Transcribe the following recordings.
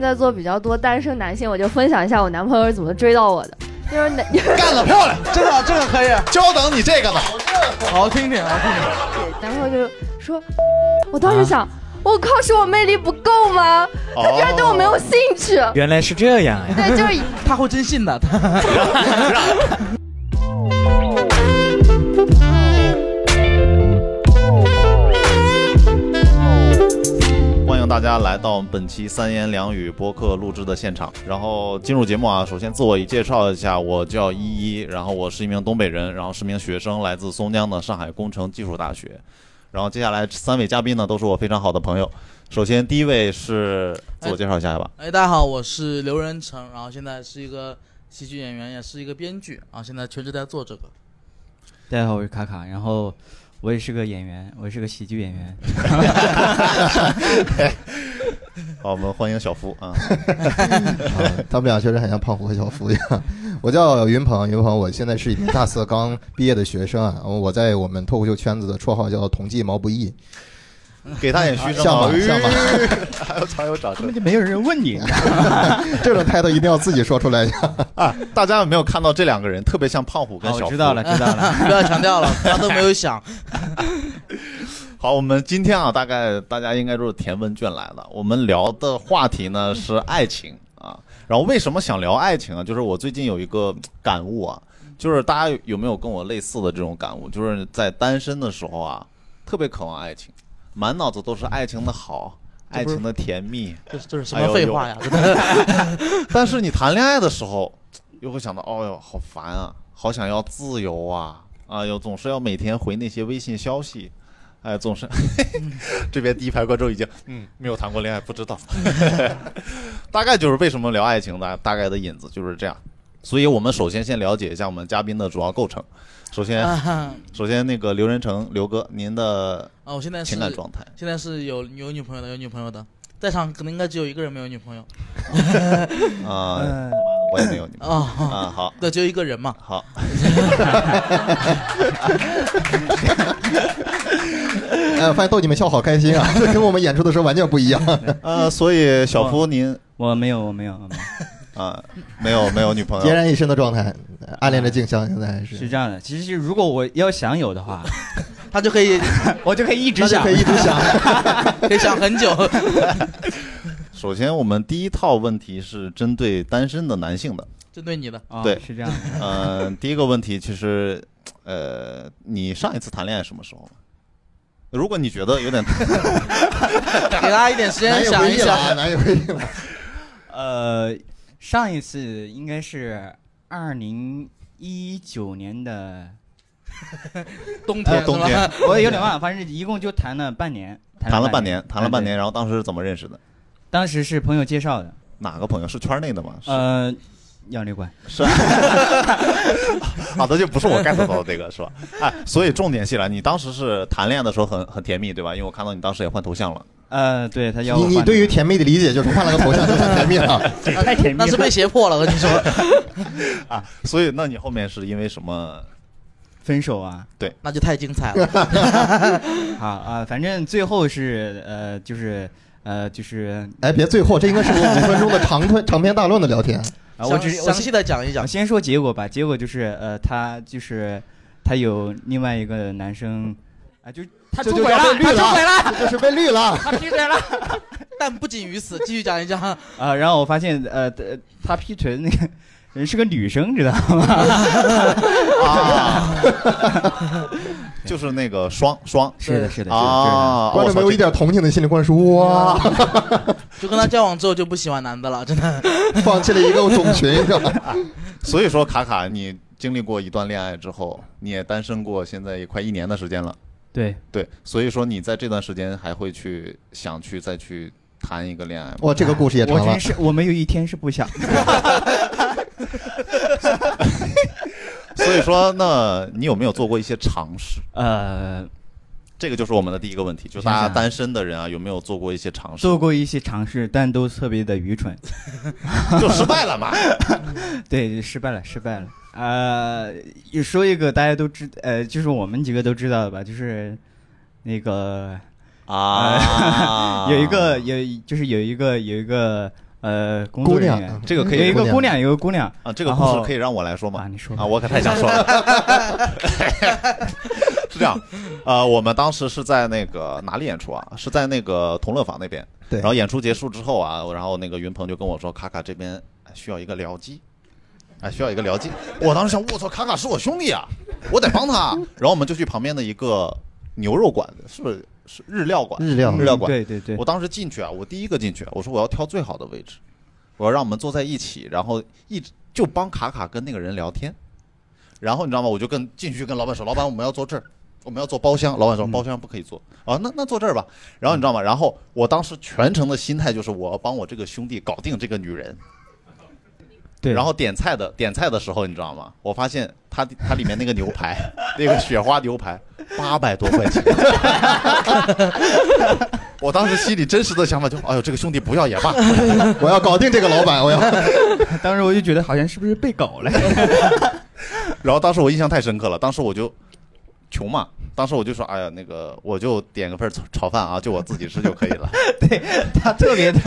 在座比较多单身男性，我就分享一下我男朋友是怎么追到我的。就是男， 干了，漂亮，这个这个可以，就等你这个呢，好听听，好听听。男朋友就说，我当时啊想，我靠，是我魅力不够吗？他居然对我没有兴趣。 原来是这样呀！对，就是他会真信的，他欢迎大家来到本期三言两语播客录制的现场。然后进入节目啊，首先自我介绍一下，我叫依依，然后我是一名东北人，然后是名学生，来自松江的上海工程技术大学。然后接下来三位嘉宾呢，都是我非常好的朋友。首先第一位是自我介绍一下吧。 哎，大家好，我是刘仁成，然后现在是一个喜剧演员，也是一个编剧，啊，现在全职在做这个。大家好，我是卡卡，然后我也是个演员，我是个喜剧演员。 哎好，哦我们欢迎小 嗯夫啊。 他们俩确实很像胖虎和小夫一样。 我叫云鹏，云鹏，我现在是一名大四刚毕业的学生啊。我在我们脱口秀圈子的绰号叫“同济毛不易啊给他点虚声像吧哎像吧还有还有掌声根本。就没有人问你。”， 这种 title 一定要自己说出来。啊，大家有没有看到这两个人特别像胖虎跟好，小我夫？知道了，。知道 了。不要强调了，他都没有想。好，我们今天啊，大概大家应该都是填问卷来的。我们聊的话题呢是爱情啊，然后为什么想聊爱情啊？就是我最近有一个感悟啊，就是大家有没有跟我类似的这种感悟？就是在单身的时候啊，特别渴望爱情，满脑子都是爱情的好，爱这不是情的甜蜜。这这是什哎么呦废话呀？真的 但是你谈恋爱的时候，又会想到，哦哟，好烦啊，好想要自由啊，啊哟，总是要每天回那些微信消息，哎，总是，嗯 这边第一排观众已经，嗯，没有谈过恋爱，不知 道，大概就是为什么聊爱情的大概的引子就是这样。所以我们首先先了解一下我们嘉宾的主要构成。首先，啊，首先那个刘仁成刘哥，您的哦我现在是情感状态，现在是有有女朋友的，有女朋友的，在场可能应该只有一个人没有女朋友 啊、嗯，我也没有你们啊。啊，好呃对，只有一个人嘛。 好， 哎，我发现逗你们笑好开心啊， 这跟我们演出的时候完全不一样。 哦呃，所以小夫您我没有，我没有，我没 啊、没有没有女朋友孑，然一身的状态，暗恋着静香，现在还有。是是。这样的，其实是如果我要想有的 话，他就可以 我就可以一直那就想可。以一直想， 可以想很久。首先，我们第一套问题是针对单身的男性的。针对你的，啊对是这样的。 呃，第一个问题其实，呃，你上一次谈恋爱什么时候？如果你觉得 有点，给大家一点时间难以想回一忆了啊，想。难以回忆了。呃，上一次应该是二零一九年的，冬呃天，冬天是吧 我有点忘了，反正一共就谈了半年，谈了半年。年，谈了半对年，然后当时是怎么认识的？当时是朋友介绍的，哪个朋友是圈内的吗？是呃，要旅馆。 是，好的，就不是我 get 到的这个是吧？哎，所以重点系来，你当时是谈恋爱的时候很很甜蜜，对吧？因为我看到你当时也换头像了，呃，对他要我你你换对于甜蜜的理解就是换了个头像就很甜蜜了。 这也太甜蜜那是了被。胁迫了，我跟你说。 啊，所以那你后面是因为什么？分手啊，那就太精彩了。 好啊、反正最后是呃，就是呃，就是哎，别最后，这应该是我五分钟的长推长篇大论的聊天。啊，我详只是详细的讲一我讲，先说结果吧，结果就是呃，他就是他有另外一个男生啊、就他这出就轨叫了，被绿他出轨了，了，这就是被绿 了。他劈 腿了 但不仅于此，继续讲一讲。啊、然后我发现呃，呃他劈腿的那个人是个女生，知道吗？啊，就是那个双双是的，是的，是的，啊，观众没有一点同情的心理灌输，哇，就跟他交往之后就不喜欢男的了，真的。 放弃了一个种群，你知道吧？ 所以说，卡卡，你经历过一段恋爱之后，你也单身过，现在也快一年的时间了。对，对，所以说你在这段时间还会去想去再去谈一个恋爱吗？哇，这个故事也我长了真。是我没有一天是不想， 所以说，那你有没有做过一些尝试？呃，这个就是我们的第一个问题，就是大家单身的人啊，有没有做过一些尝试？做过一些尝试，但都特别的愚蠢。就失败了嘛？ 对，失败了，失败了。呃，也说一个大家都知，呃，就是我们几个都知道的吧，就是那个呃啊 有一个有，就是有一个有一个呃工作人姑娘员，这个可以有一个姑姑娘，有一个姑娘啊，这个然故后事可以让我来说吗啊，？你说吧啊，我可太想说了。 是这样，呃，我们当时是在那个哪里演出啊？是在那个同乐坊那边。对然后演出结束之后啊，然后那个云鹏就跟我说：“卡卡这边需要一个僚机，哎，需要一个僚机。”我当时想，我操，卡卡是我兄弟啊，我得帮 他。然后我们就去旁边的一个牛肉馆，是不是是日料馆？日料日料馆。对对对我，当时进去啊，我第一个进去，我说我要挑最好的位置，我要让我们坐在一起，然后一直就帮卡卡跟那个人聊天。然后你知道吗？我就跟进去跟老板说，老板我们要坐这儿，我们要坐包厢。老板说包厢不可以坐、啊，那那坐这儿吧。然后你知道吗？然后我当时全程的心态就是我要帮我这个兄弟搞定这个女人。对，然后点菜的点菜的时候，你知道吗？我发现它它里面那个牛排， 那个雪花牛排，八百多块钱。 我当时心里真实的想法就，哎呦，这个兄弟不要也罢。 我要搞定这个老板，我要当时我就觉得好像是不是被搞了，然后当时我印象太深刻了，当时我就穷嘛，当时我就说，哎呀，那个我就点个份炒炒饭啊，就我自己吃就可 以了。他特别的，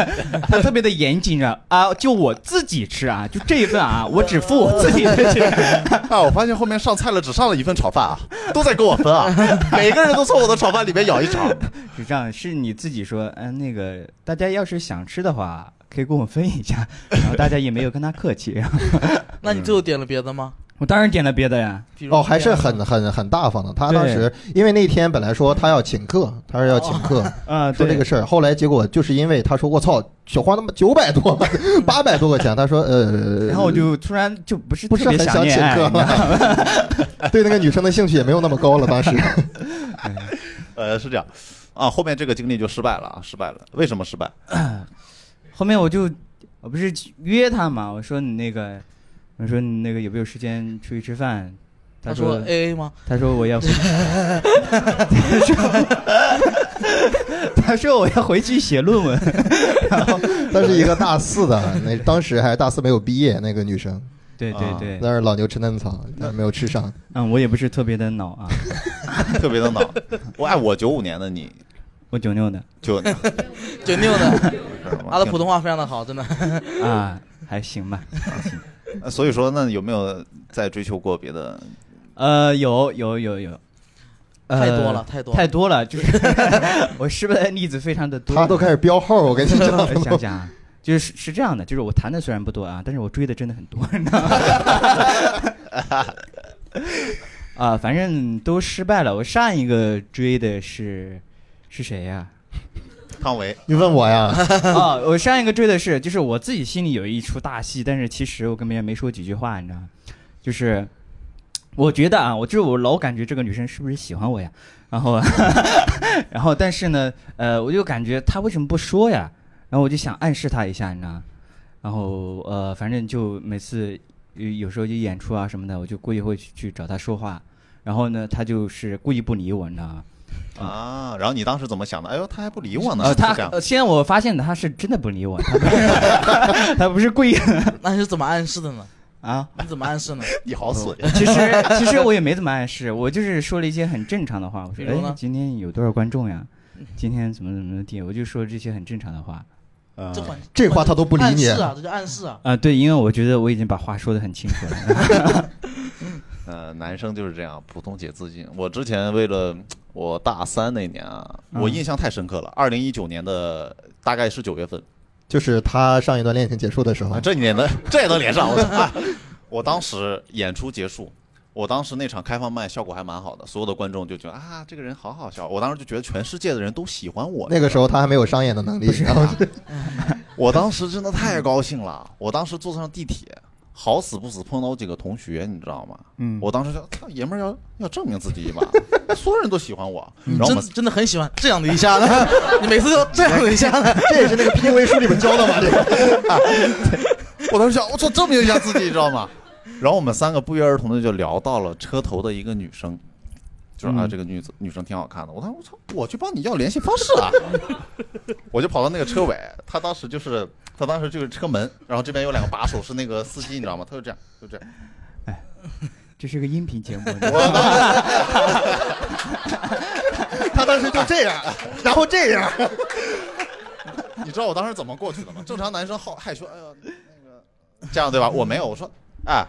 他特别的严谨啊啊！就我自己吃啊，就这一份啊，我只付我自己的钱。 啊，我发现后面上菜了，只上了一份炒饭啊，都在跟我 分啊，每个人都从我的炒饭里面舀一勺。是这样， 是你自己说，嗯、那个大家要是想吃的话，可以跟我分一下。然后大家也没有跟他客气， 那你最后点了别的 吗？我当然点了别的呀。比如哦，还是很很很大方的。他当时因为那天本来说他要请客，他是要请客，啊、说对这个事儿，后来结果就是因为他说我操，雪花他妈九百多，八百多块钱，他说呃，然后我就突然就不是不特别是很想念请爱，客你知道吗了，对那个女生的兴趣也没有那么高了。当时呃，是这样，啊，后面这个经历就失败了啊，失败了。为什么失败？ 后面我就我不是约他嘛，我说你那个，我说你那个有没有时间出去吃饭？他说说 A A 吗？他 说我要 回，他说 他说我要回去写论 文，她是一个大四的，那当时还大四没有毕业，那个女生，啊对对对，但是老牛吃嫩草，但是没有吃上。嗯，我也不是特别的恼 啊， 特别的恼。我哎，我九五年的你 我九六的就 九六的， 他他的普通话非常的好，真的。啊，还行 吧，还行，话，啊所以说那有没有在追求过别的？呃，有有有有，呃太多了太多了太 多了，就是 我失败的例子非常的多，她都开始标号，我跟你讲， 想想啊，就是是这样的，就是我谈的虽然不多啊，但是我追的真的很多， 你知道吗？啊，反正都失败了。我上一个追的是是谁啊呀、 汤唯你问我呀？ 啊？我上一个追的是，就是我自己心里有一出大戏，但是其实我跟别人没说几句话，你知道吗？就是我觉得啊，我就是我老感觉这个女生是不是喜欢我呀？然后， 然后但是呢，呃，我就感觉她为什么不说呀？然后我就想暗示她一下，你知道吗？然后呃，反正就每次有有时候就演出啊什么的，我就故意会去去找她说话。然后呢，她就是故意不理我，你知道吗？啊，然后你当时怎么想的？哎呦，他还不理我呢，嗯呃，是她这样呃现在我发现她是真的不理我，她不是她不是故意 那你是怎么暗示的呢？啊。你怎么暗示 呢？你好嗯损。 其实其实我也没怎么暗示，我就是说了一些很正常的话。我比说，如呢哎，今天有多少观众呀？今天怎么怎么地？我就说这些很正常的话。呃啊这款这话他都不理你暗示啊，这叫暗示啊。啊、对，因为我觉得我已经把话说的很清楚了。 呃，男生就是这样，普通且自信。我之前为了我大三那年啊，嗯我印象太深刻了。二零一九年的大概是九月份就是她上一段恋情结束的时候啊，，这你也能这也能连上，我操！哎我当时演出结束，我当时那场开放麦效果还蛮好的，所有的观众就觉得啊，这个人好好笑。我当时就觉得全世界的人都喜欢我，啊那个时候她还没有商演的能力，然后 我当时真的太高兴了，我当时坐上地铁，好死不死碰到我几个同学，你知道吗？嗯我当时就，操爷们儿要要证明自己一把， 所有人都喜欢我。然嗯后我真们真的很喜欢这样的一下 子，你每次都这样的一下子，这也是那个 PUA 书里面教的嘛，这个。 我当时想，我操，证明一下自己，你知道吗？然后我们三个不约而同的就聊到了车头的一个女生，就是啊，嗯这个女子女生挺好看的。我当时我操， 我去帮你要联系方式啊！ 我就跑到那个车尾，她当时就是她当时就是车门，然后这边有两个把手是那个司机，你知道吗？她就这样，就这样。这是个音频节目， 他当时就这样，然后这样。你知道我当时怎么过去的吗？正常男生好害羞，哎呦，那个这样对吧？我没有，我说，哎，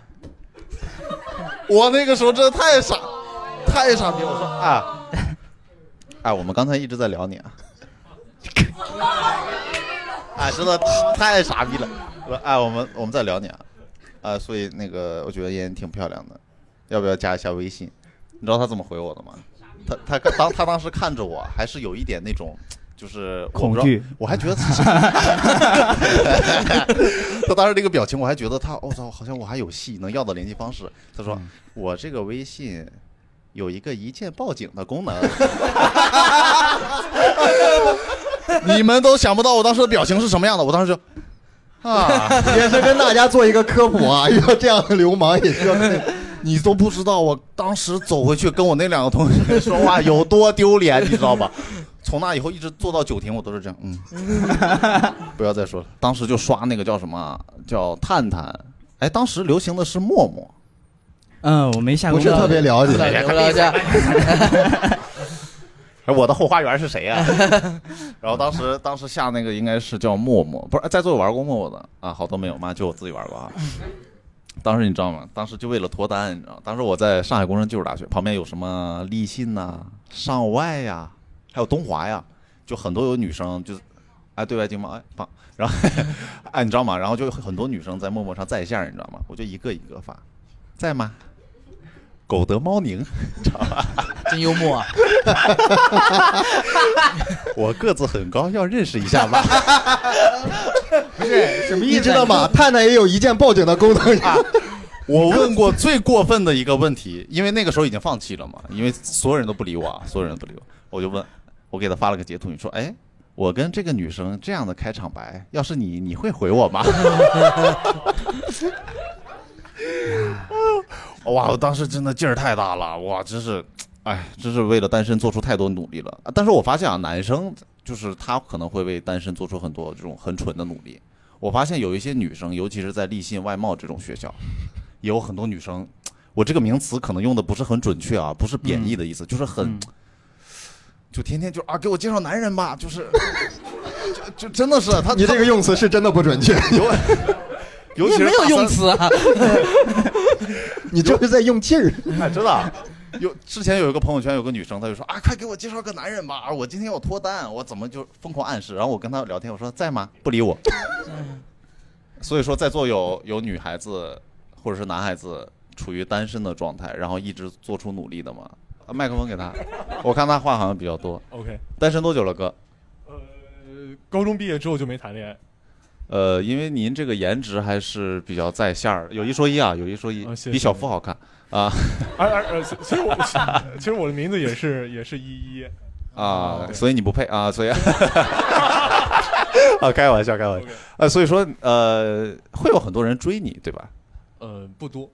我那个时候真的太傻，太傻逼，我说，哎，哎，我们刚才一直在聊你啊，哎，真的太傻逼了，我说，哎，我们我们在聊你啊，啊，所以那个我觉得妍妍挺漂亮的，要不要加一下微信？你知道他怎么回我的吗？他他他当他当时看着我，还是有一点那种。就是我不知道恐惧我还觉得自己 他当时那个表情，我还觉得他，我、操，好像我还有戏能要到联系方式。他说、嗯我这个微信有一个一键报警的 功能， 你们都想不到我当时的表情是什么样的。我当时就啊， 也是跟大家做一个科 普啊，要这样的流氓也需要这样。你都不知道，我当时走回去跟我那两个同学说话有多丢脸，你知道吧？从那以后一直做到九庭，我都是这样，嗯，不要再说了。当时就刷那个叫什么啊，叫探探，哎，当时流行的是陌陌，嗯，我没下不过是药特别 了解。再聊聊一下， 哎，我的后花园是谁啊呀、 然后当时当时下那个应该是叫陌陌，不是在座有玩过陌陌的啊？好多没有，妈就我自己玩过啊。当时你知道吗？当时就为了脱单，你知道，当时我在上海工商技术大学旁边有什么立信呐、上外呀、还有东华呀，就很多有女生就，哎对外经贸哎棒，然后 哎你知道吗？然后就有很多女生在陌陌上在线，你知道吗？我就一个一个发，在吗？狗得猫宁，真幽默啊！ 我个子很高，要认识一下吧。什么 意思？你知道吗？探探也有一键报警的功能。我问过啊最过分的一个问题，因为那个时候已经放弃了嘛，因为所有人都不理我啊，所有人都不理我，我就问，我给他发了个截图，你说，哎，我跟这个女生这样的开场白，要是你，你会回我吗？ 哇，我当时真的劲儿太大了，哇，真是，哎，真是为了单身做出太多努力了。啊但是我发现啊，男生就是他可能会为单身做出很多这种很蠢的努力。我发现有一些女生，尤其是在立信、外贸这种学校，也有很多女生，我这个名词可能用的不是很准确啊，不是贬义的意思，就是很，嗯就天天就啊给我介绍男人吧，就是就就真的是他你这个用词是真的不准确，有， 尤也其是没有大用三词啊， 你这是在用劲儿。 哎，真的啊。有之前有一个朋友圈有个女生，她就说啊，快给我介绍个男人吧，啊我今天要脱单，我怎么就疯狂暗示？然后我跟她聊天，我说啊在吗？不理我。所以说，在座有有女孩子或者是男孩子处于单身的状态，然后一直做出努力的吗？啊麦克风给他，我看他话好像比较多。 OK，单身多久了，哥？呃，高中毕业之后就没谈恋爱，呃，因为您这个颜值还是比较在线儿，有一说一啊，有一说一，啊谢谢比小夫好看啊而而而所所以我，其实我的名字也是也是依依。啊，对所以你不配啊，所以啊，开玩笑，开玩笑 OK，啊，所以说呃，会有很多人追你，对吧？呃，不多，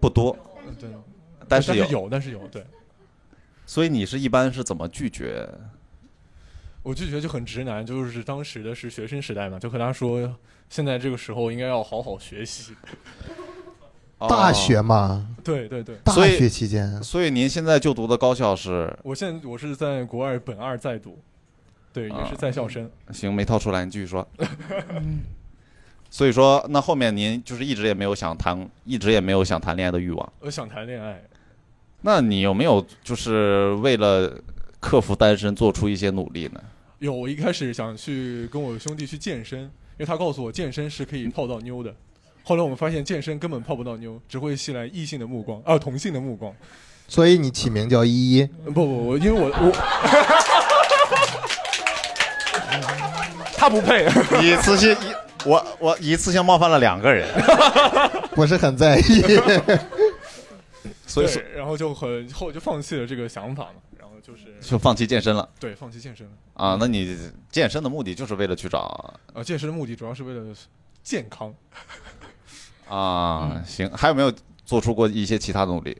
不多，呃对，但是是有，有，但是有，对所以你是一般是怎么拒绝？我拒绝就很直男，就是当时的是学生时代嘛，就和他说，现在这个时候应该要好好学习。 哦大，学嘛，对对对，大所以学期间所以您现在就读的高校是我现在我是在国外本二在读，对，啊也是在校生。 行，没套出来，你继续说。 所以说，那后面您就是一直也没有想谈，一直也没有想谈恋爱的欲望。我想谈恋爱，那你有没有就是为了克服单身做出一些努力呢？有我一开始想去跟我兄弟去健身，因为他告诉我健身是可以泡到妞的。后来我们发现健身根本泡不到妞，只会吸来异性的目光，啊，同性的目光。所以你起名叫依依，呃不不，我因为我我他不配， 一次性一我我一次性冒犯了两个人， 不是很在意。 所以说对，然后就很后就放弃了这个想法嘛，然后就是 就放弃健身了对放弃健身了。啊。那你健身的目的就是为了去找呃，健身的目的主要是为了健康，啊？行，还有没有做出过一些其他的努力？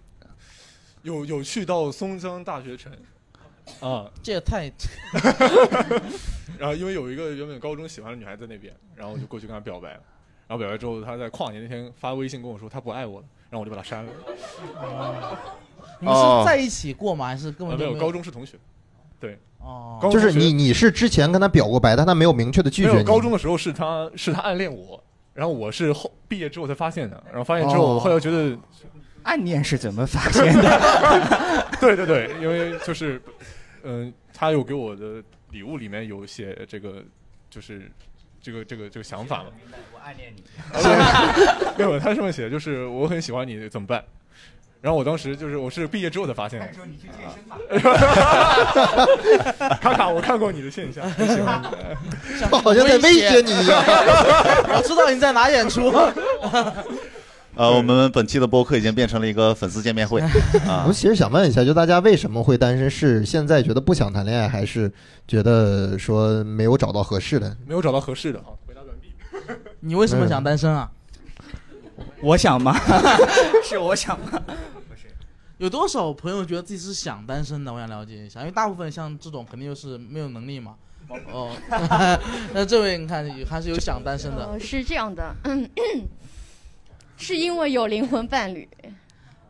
有有去到松江大学城啊，这也太…… 然后因为有一个原本高中喜欢的女孩在那边，然后我就过去跟她表白了。然后表白之后，她在跨年那天发微信跟我说她不爱我了，然后我就把她删了。你们哦哦是在一起过吗？还是根啊，没本就有，没高中是同学，对，哦高中就是时你你是之前跟他表过白，但他没有明确的拒没绝有，你。高中的时候是他是他暗恋我，然后我是后毕业之后才发现的，然后发现之后，哦我后来觉得，暗恋是怎么发现的？对对对，因为就是，嗯、他有给我的礼物里面有写这个，就是这个这个这个想法嘛， 我暗恋 你。没有，他上面写的就是我很喜欢你，怎么办？然后我当时就是我是毕业之后才发现的，说你去健身吧。卡卡，我 看过你的现象，很喜欢你。 好像在威胁你一样。 我知道你在哪演出。呃，我们本期的播客已经变成了一个粉丝见面会我啊们。其实想问一下，就大家为什么会单身？是现在觉得不想谈恋爱，还是觉得说没有找到合适的？嗯没有找到合适的啊，你为什嗯么 想单 身啊？我想 吗？是我想吗？有多少朋友觉得自己是想单身的？我想了解一下，因为大部分像这种肯定就是没有能力 嘛。哦， 那这位你看还是有想单身的呃，是这样的，嗯是因为有灵魂伴侣，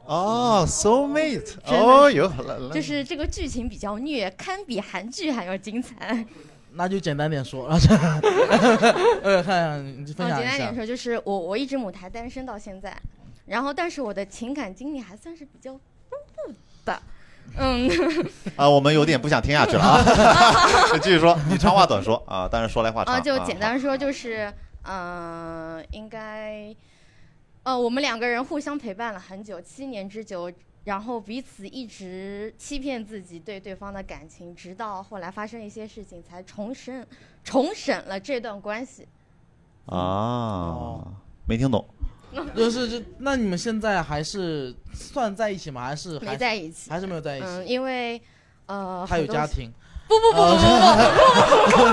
哦，soul mate，真的哦哟，来来就是这个剧情比较虐，堪比韩剧还要精彩。那就简单点说， 然后这呃，看看你分嗯， 享简单一点下。说，就是我我一直母胎单身到现在，然后但是我的情感经历还算是比较丰富的，嗯，啊，我们有点不想听下去了啊，继续说，你长话短说啊，但是说来话长啊，就简单说就是，呃，应该，呃，我们两个人互相陪伴了很久，七年之久，然后彼此一直欺骗自己对对方的感情，直到后来发生一些事情，才重申重审了这段关系。啊，没听懂就是这，那你们现在还是算在一起吗？还是还没在一起，还是没有在一嗯，起？因为，呃，他有很多家庭。不不不不不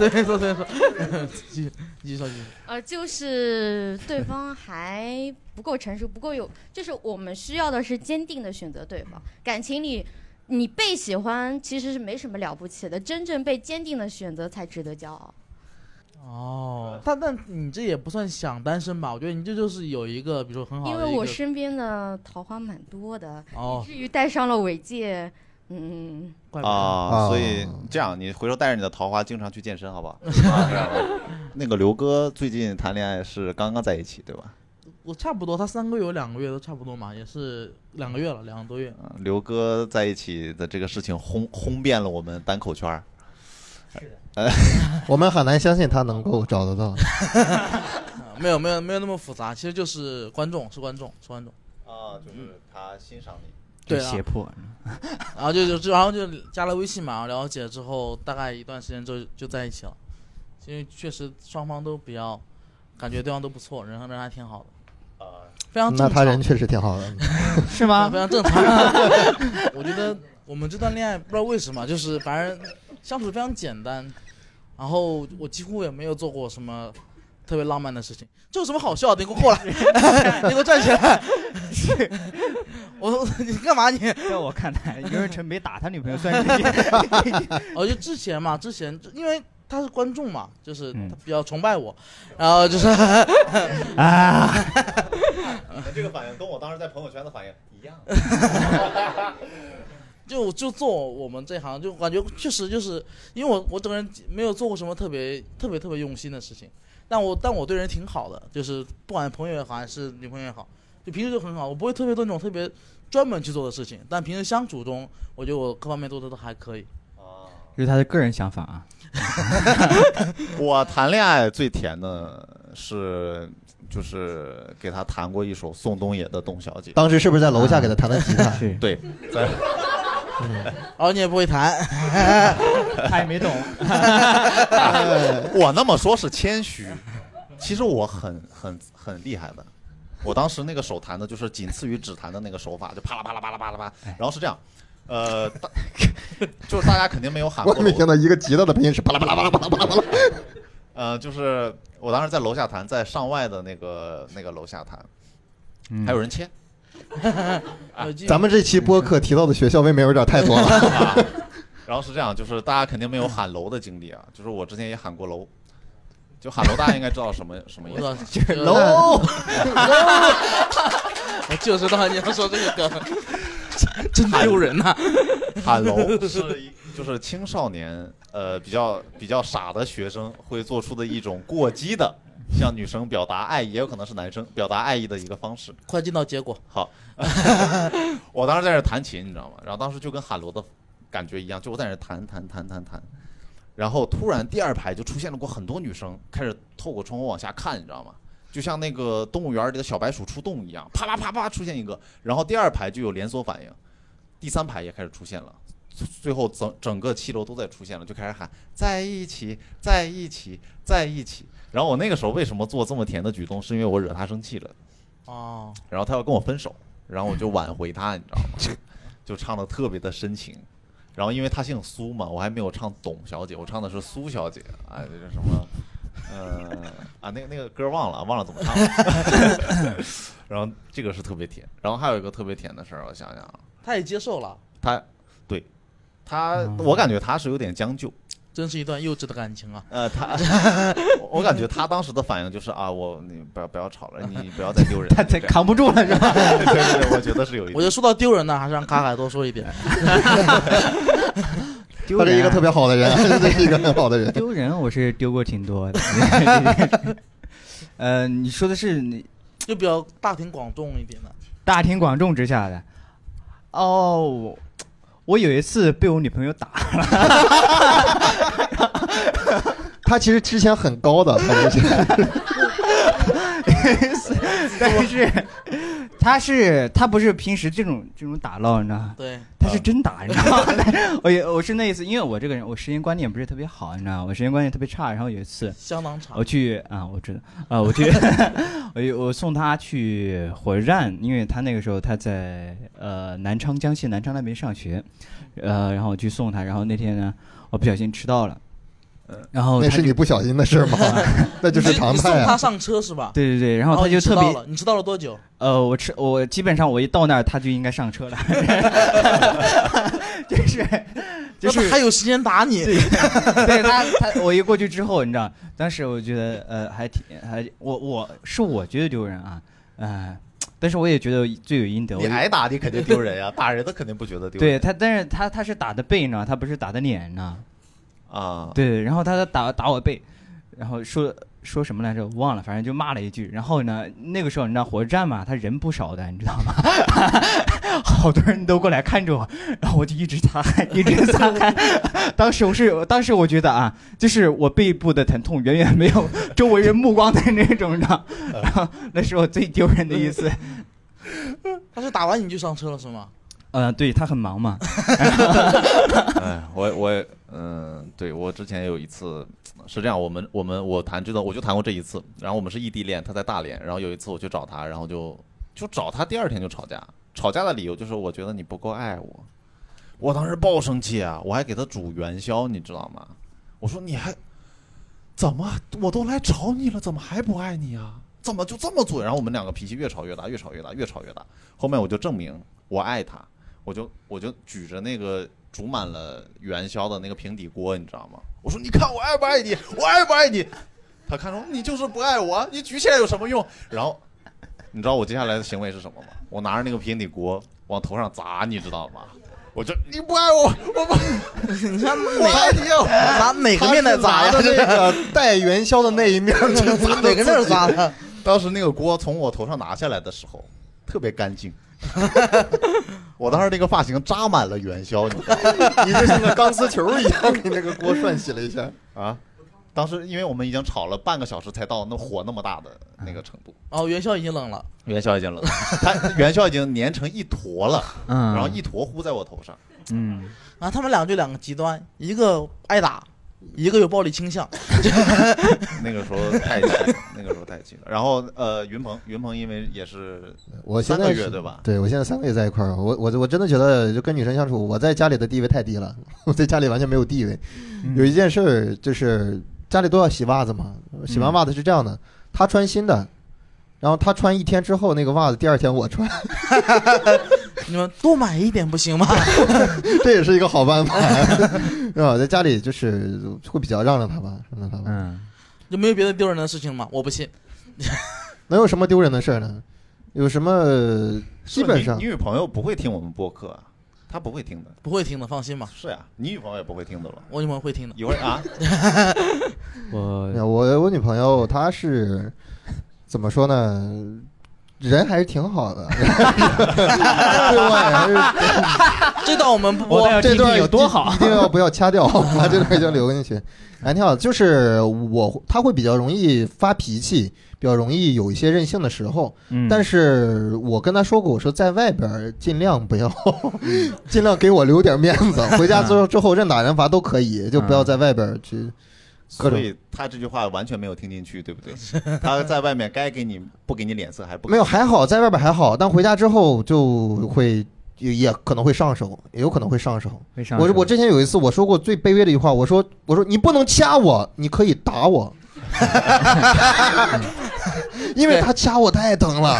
随便说，随便说，继续继续说，继续。呃，就是对方还不够成熟，不够有，就是我们需要的是坚定的选择对方。感情里，你被喜欢其实是没什么了不起的，真正被坚定的选择才值得骄傲。哦，但但你这也不算想单身吧？我觉得你这就是有一个，比如说很好的因一为个我身边的桃花蛮多的，哦，至于带上了尾戒，嗯，怪不得啊，啊所以这样，你回头带着你的桃花经常去健身，好不好？啊那个刘哥最近谈恋爱是刚刚在一起对吧？我差不多，他三个月有两个月都差不多嘛，也是两个月了，两个多月。啊刘哥在一起的这个事情轰轰遍了我们单口圈儿 我们很难相信他能够找得到。啊没有没有没有那么复杂，其实就是观众是观众是观众，啊，就是他欣赏你。对啊胁，迫。 然后就就就然后就加了微信嘛，然后了解之后大概一段时间就就在一起了，因为确实双方都比较感觉对方都不错，人人还挺好的，非常正那常。他人确实挺好 的， 是啊，吗非？常正常。 我觉得我们这段恋爱不知道为什么，就是反正相处得非常简单，然后我几乎也没有做过什么特别浪漫的事情。这有什么好笑的？你给我 过来，你给我站起来！我 你干嘛你？在我看来，袁润成没打他女朋友算是 哦，就之前嘛，之前因为他是观众嘛，就是嗯他比较崇拜我，然后就是 啊。这个反应跟我当时在朋友圈的反应 一样。就就做我们这行，就感觉确实就是因为我我整个人没有做过什么特别特别特别用心的事情，但我但我对人挺好的，就是不管朋友也好还是女朋友也好，就平时就很好，我不会特别做那种特别专门去做的事情，但平时相处中，我觉得我各方面做的都还可以。这是他的个人想法啊。我谈恋爱最甜的是，就是给他弹过一首宋冬野的《董小姐》。当时是不是在楼下给他弹的吉他？是，对，在然后你也不会弹， 他也没 懂。 我那么说是谦虚，其实我很很很厉害的。我当时那个手弹的就是仅次于指弹的那个手法，就啪啦啪啦啪啦啪啦啪啦，哎然后是这样，呃，大就是大家肯定没有喊 我过的没听到一个吉他的配音是巴拉巴拉巴拉巴拉巴拉巴拉。呃，就是我当时在楼下弹，在上外的那个那个楼下弹，嗯还有 人切，有机会咱们这期播客提到的学校未免有点太 多了。啊然后是这样，就是大家肯定没有喊楼的经历啊， 就是我之前也喊过楼，就喊楼大家应该知道什么什么意我思。操，就是 楼我就 知道你要说这个梗，真丢人呐、喊楼是一就是青少年呃比较比较傻的学生会做出的一种过激的向女生表达爱意，也有可能是男生表达爱意的一个方式。快进到结果。好， 我当时在这弹琴，你知道吗？然后当时就跟喊罗的感觉一样，就我在那弹弹弹弹弹，然后突然第二排就出现了过很多女生，开始透过窗户往下看，你知道吗？就像那个动物园里的小白鼠出洞一样，啪啪啪啪出现一个，然后第二排就有连锁反应，第三排也开始出现了。最后整整个七楼都在出现了，就开始喊在一起，在一起，在一起。然后我那个时候为什么做这么甜的举动，是因为我惹他生气了。哦，然后他要跟我分手，然后我就挽回他，你知道吗？ 就唱的特别的深情。然后因为他姓苏嘛，我还没有唱董小姐，我唱的是苏小姐。哎，这是什么？呃啊，那个那个歌忘了，忘了怎么唱了。 然后这个是特别甜，然后还有一个特别甜的事儿，我想想啊，他也接受了，他对他，嗯我感觉他是有点将就。真是一段幼稚的感情啊。呃，他，我我感觉他当时的反应就是啊，我你不要不要吵了，你不要再丢人。 他他扛不住了是吧？ 对对对，我觉得是有一点。我觉得说到丢人呢，还是让 卡卡多说一点。丢他是一人个啊特别好 的人， 这是一个很好的人。丢人，我是丢过挺多的。 呃，你说的是你就比较大庭广众一点的。大庭广众之下的。哦，我我有一次被我女朋友打， 他其实之前很高的，他之前但是她是她不是平时这种这种打闹，你知道吗？对，她是真打，你知道吗？啊 我有我是那一次，因为我这个人我时间观念不是特别好，你知道吗？我时间观念特别差，然后有一次相当长我。去啊，我知道啊，我去， 我我送他去火车站，因为他那个时候他在呃南昌江西南昌那边上学，呃，然后我去送他，然后那天呢，我不小心迟到了，然后那他是你不小心的事 吗？那就是常你送态他啊。上车是吧？哦对对对，然后他就你迟特到别了，你迟到了多久？呃，我迟我基本上我一到那儿他就应该 上车了， 就是就那是他还有时间打你？ 对他，他我一过去之后，你知道，当时我觉得呃，还挺还我我是我觉得丢人啊，呃，但是我也觉得罪有应得。我 你挨打你肯定丢人呀、 打人的肯定不觉得丢对人。他，但是他他是打的背呢，他不是打的脸呢。啊，对，然后他打打我背，然后说说什么来着？我忘了，反正就骂了一句。然后呢，那个时候你知道火车站嘛，他人不少的，你知道吗？ 好多人都过来看着我，然后我就一直擦汗，一直擦汗。当时我是，当时我觉得啊，就是我背部的疼痛远远没有周围人目光的那种，你知道？然后那是我最丢人的一次。 他是打完你就上车了是吗？呃，对他很忙嘛， 哎，我我也嗯，对我之前有一次是这样，我们我们我谈这段我就谈过这一次，然后我们是异地恋，他在大连，然后有一次我去找他，然后就就找他，第二天就吵架，吵架的理由就是我觉得你不够爱我，我当时爆生气啊，我还给他煮元宵，你知道吗？我说你还怎么我都来找你了，怎么还不爱你啊？怎么就这么做？然后我们两个脾气越吵越大，越吵越大，越吵越大。后面我就证明我爱他，我就我就举着那个煮满了元宵的那个平底锅，你知道吗？我说你看我爱不爱你，我爱不爱你？他看说你就是不爱我，你举起来有什么用？然后你知道我接下来的行为是什么吗？我拿着那个平底锅往头上砸，你知道吗？我就 你不爱我，我不， 你看我爱你啊！拿哪个面来砸呀他？是拿着那个带元宵的那一面儿就 砸哪个面砸的？当时那个锅从我头上拿下来的时候，特别干 净。我当时那个发型扎满了元宵，你知道吗你就像个钢丝球一样，给那个锅涮洗了一下。啊？当时因为我们已经吵了半个小时才到那火那么大的那个程度，哦，元宵已经冷了，元宵已 经冷了，它元宵已经粘成一坨了，嗯，然后一坨糊在我头上。嗯，啊，他们俩就两个极端，一个挨打，一个有暴力倾向。 那个时候太气了，那个时候太气了。然后呃，云鹏，云鹏因为也是我现三在个是月对吧？对，我现在三个月在一块儿，我我我真的觉得就跟女生相处，我在家里的地位太低了，我在家里完全没有地位。有一件事儿就是家里都要洗袜子嘛，洗完袜子是这样的，她穿新的，然后她穿一天之后那个袜子第二天我穿， 你们多买一点不行吗？ 这也是一个好办法，是吧？在家里就是会比较让让她吧，让让她吧。嗯，有没有别的丢人的事情吗？我不信。能有什么丢人的事儿呢？有什么基本上你女朋友不会听我们播客啊？他不会听的，不会听的，放心吧。是呀、你女朋友也不会听的了。我女朋友会听的。一会儿啊， 我那我我女朋友她是怎么说呢？人还是挺好的，对我还是这段我们不我播倒，要听这听段有多好一定要不要掐掉，把这段就留进去。哎，挺好，就是我他会比较容易发脾气，比较容易有一些任性的时候。嗯但是我跟他说过，我说在外边儿尽量不要，尽量给我留点面子。回家之后之后任打任罚都可以，就不要在外边儿去。各种所以他这句话完全没有听进去，对不对？他在外面该给你不给你脸色还不给没有， 还好在外边还好，但回家之后就会也也可能会上手，也有可能会上手。为啥？我我之前有一次我说过最卑微的一句话，我说我说你不能掐我，你可以打我， 因为他掐我太疼了。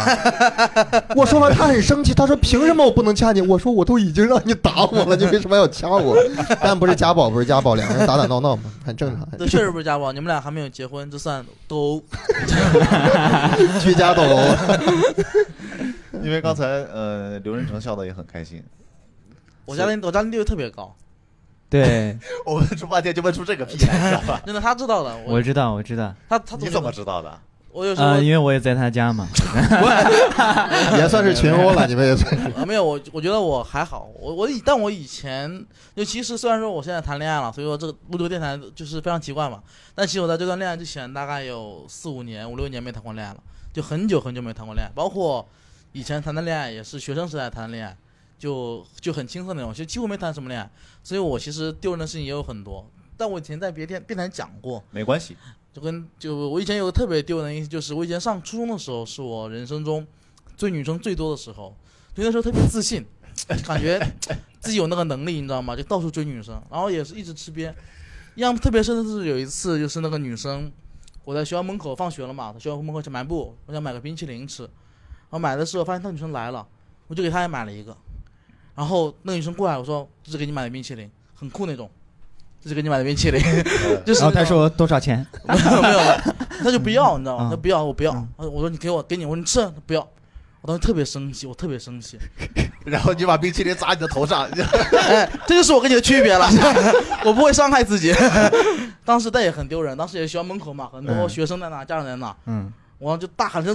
我说完他很生气，他说凭什么我不能掐你？我说我都已经让你打我了，你为什么要掐我？ 但不是家暴，不是家暴，两个人打打闹闹嘛，很正 常。对，确实不是家暴，你们俩还没有结婚，这算斗殴。 居家斗殴， 因为刚才呃刘仁成笑得也很开心，我家的我家的地位特别高，对， 我问出半天就问出这个屁来，知道吧？ 真的，他知道了，我我知道，我知道，他他你怎么知道的？我有时候呃，因为我也在他家嘛。 也算是群殴了，你们也算是。啊，没有，我我觉得我还好，我我以但我以前就其实虽然说我现在谈恋爱了，所以说这个录这个电台就是非常奇怪嘛，但其实我在这段恋爱之前大概有四五年、五六年没谈过恋爱了，就很久很久没谈过恋爱，包括以前谈的恋爱也是学生时代谈的恋爱，就就很青涩那种，就几乎没谈什么恋爱，所以我其实丢人的事情也有很多，但我以前在别电电台讲过，没关系，就跟就我以前有个特别丢人的印象，就是我以前上初中的时候，是我人生中追女生最多的时候，就那时候特别自信，感觉自己有那个能力，你知道吗？就到处追女生，然后也是一直吃瘪。印象特别深的是有一次，就是那个女生，我在学校门口放学了嘛，学校门口去漫步，我想买个冰淇淋吃，然后买的时候发现那女生来了，我就给她也买了一个，然后那个女生过来，我说这是给你买的冰淇淋，很酷那种，这是给你买的冰淇淋， 就是然后他那种说多少钱？没有没有， 他就不要，你知道吗？嗯啊他不要，我不要。我说你给我，给你，我说你吃，他不要。我当时特别生气，我特别生气。 然后你把冰淇淋砸你的头上， 哎，这就是我跟你的区别 了， 我不会伤害自己。 当时但也很丢人，当时也学校门口嘛，很多嗯学生在那，家长在那，嗯，我就大喊声，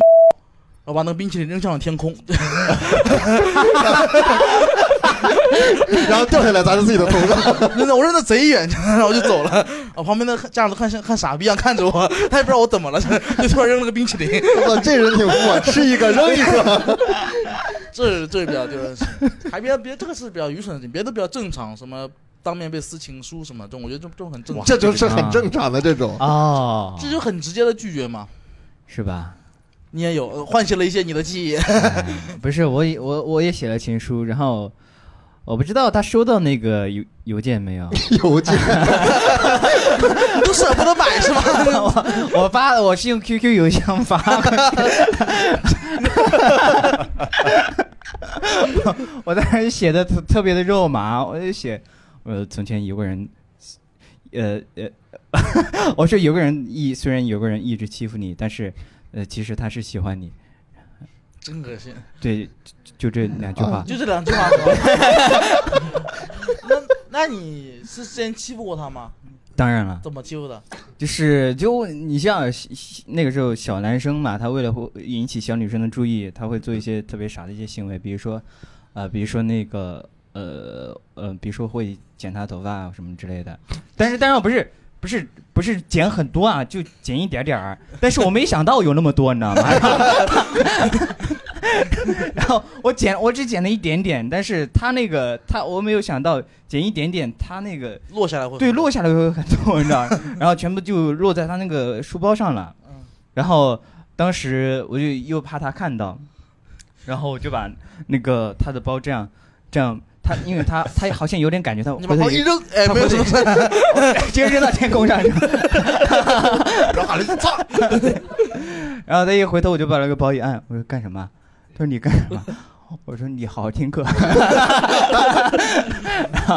我把那个冰淇淋扔向了天空。 然后掉下来砸在自己的头上， 真的，我扔的贼远，然后我就走了。我旁边的家长都看像看傻逼一样看着我，他也不知道我怎么了，就就突然扔了个冰淇淋。我这人挺富啊，吃一个扔一个。 这是这是比较丢人的事情，还别别这个是比较愚蠢的事情，别的比较正常，什么当面被撕情书什么这种，我觉得这这种很正常，这就是很正常的这种。啊哦，这就很直接的拒绝嘛。是吧？你也有呃唤起了一些你的记忆，不是，我也我我也写了情书，然后我不知道他收到那个邮邮件没有。 邮件， 都舍不得买是吗？ 我发我是用 QQ 邮箱发 的，我当时写的特特别的肉麻，我就写，呃，从前有个人，呃呃， 我说有个人一虽然有个人一直欺负你，但是呃，其实他是喜欢你，真恶心，对，就就这两句话，哦就这两句话是吧。 那那你是之前欺负过他吗？当然了，怎么欺负的？就是就你像小那个时候小男生嘛，他为了会引起小女生的注意，他会做一些特别傻的一些行为，比如说，呃，比如说那个呃呃，比如说会剪她头发啊什么之类的。但是当然不是不是不是剪很多啊，就剪一点点儿。 但是我没想到有那么多，你知道吗？然后我剪我只剪了一点点，但是他那个他我没有想到剪一点点，他那个。 落下来会对，落下来会很痛， 你 知道吗，然后全部就落在他那个书包上了。嗯然后当时我就又怕他看到，然后我就把那个他的包这样这样，他因为他 他好像有点感觉他你回把头包一也扔，哎，没有什么事。 直接扔到天 空上，然后喊了一声操， 然后他一回头我就把那个包一按，我说干什么？ 他说你 干什么？我说你好好听课，然后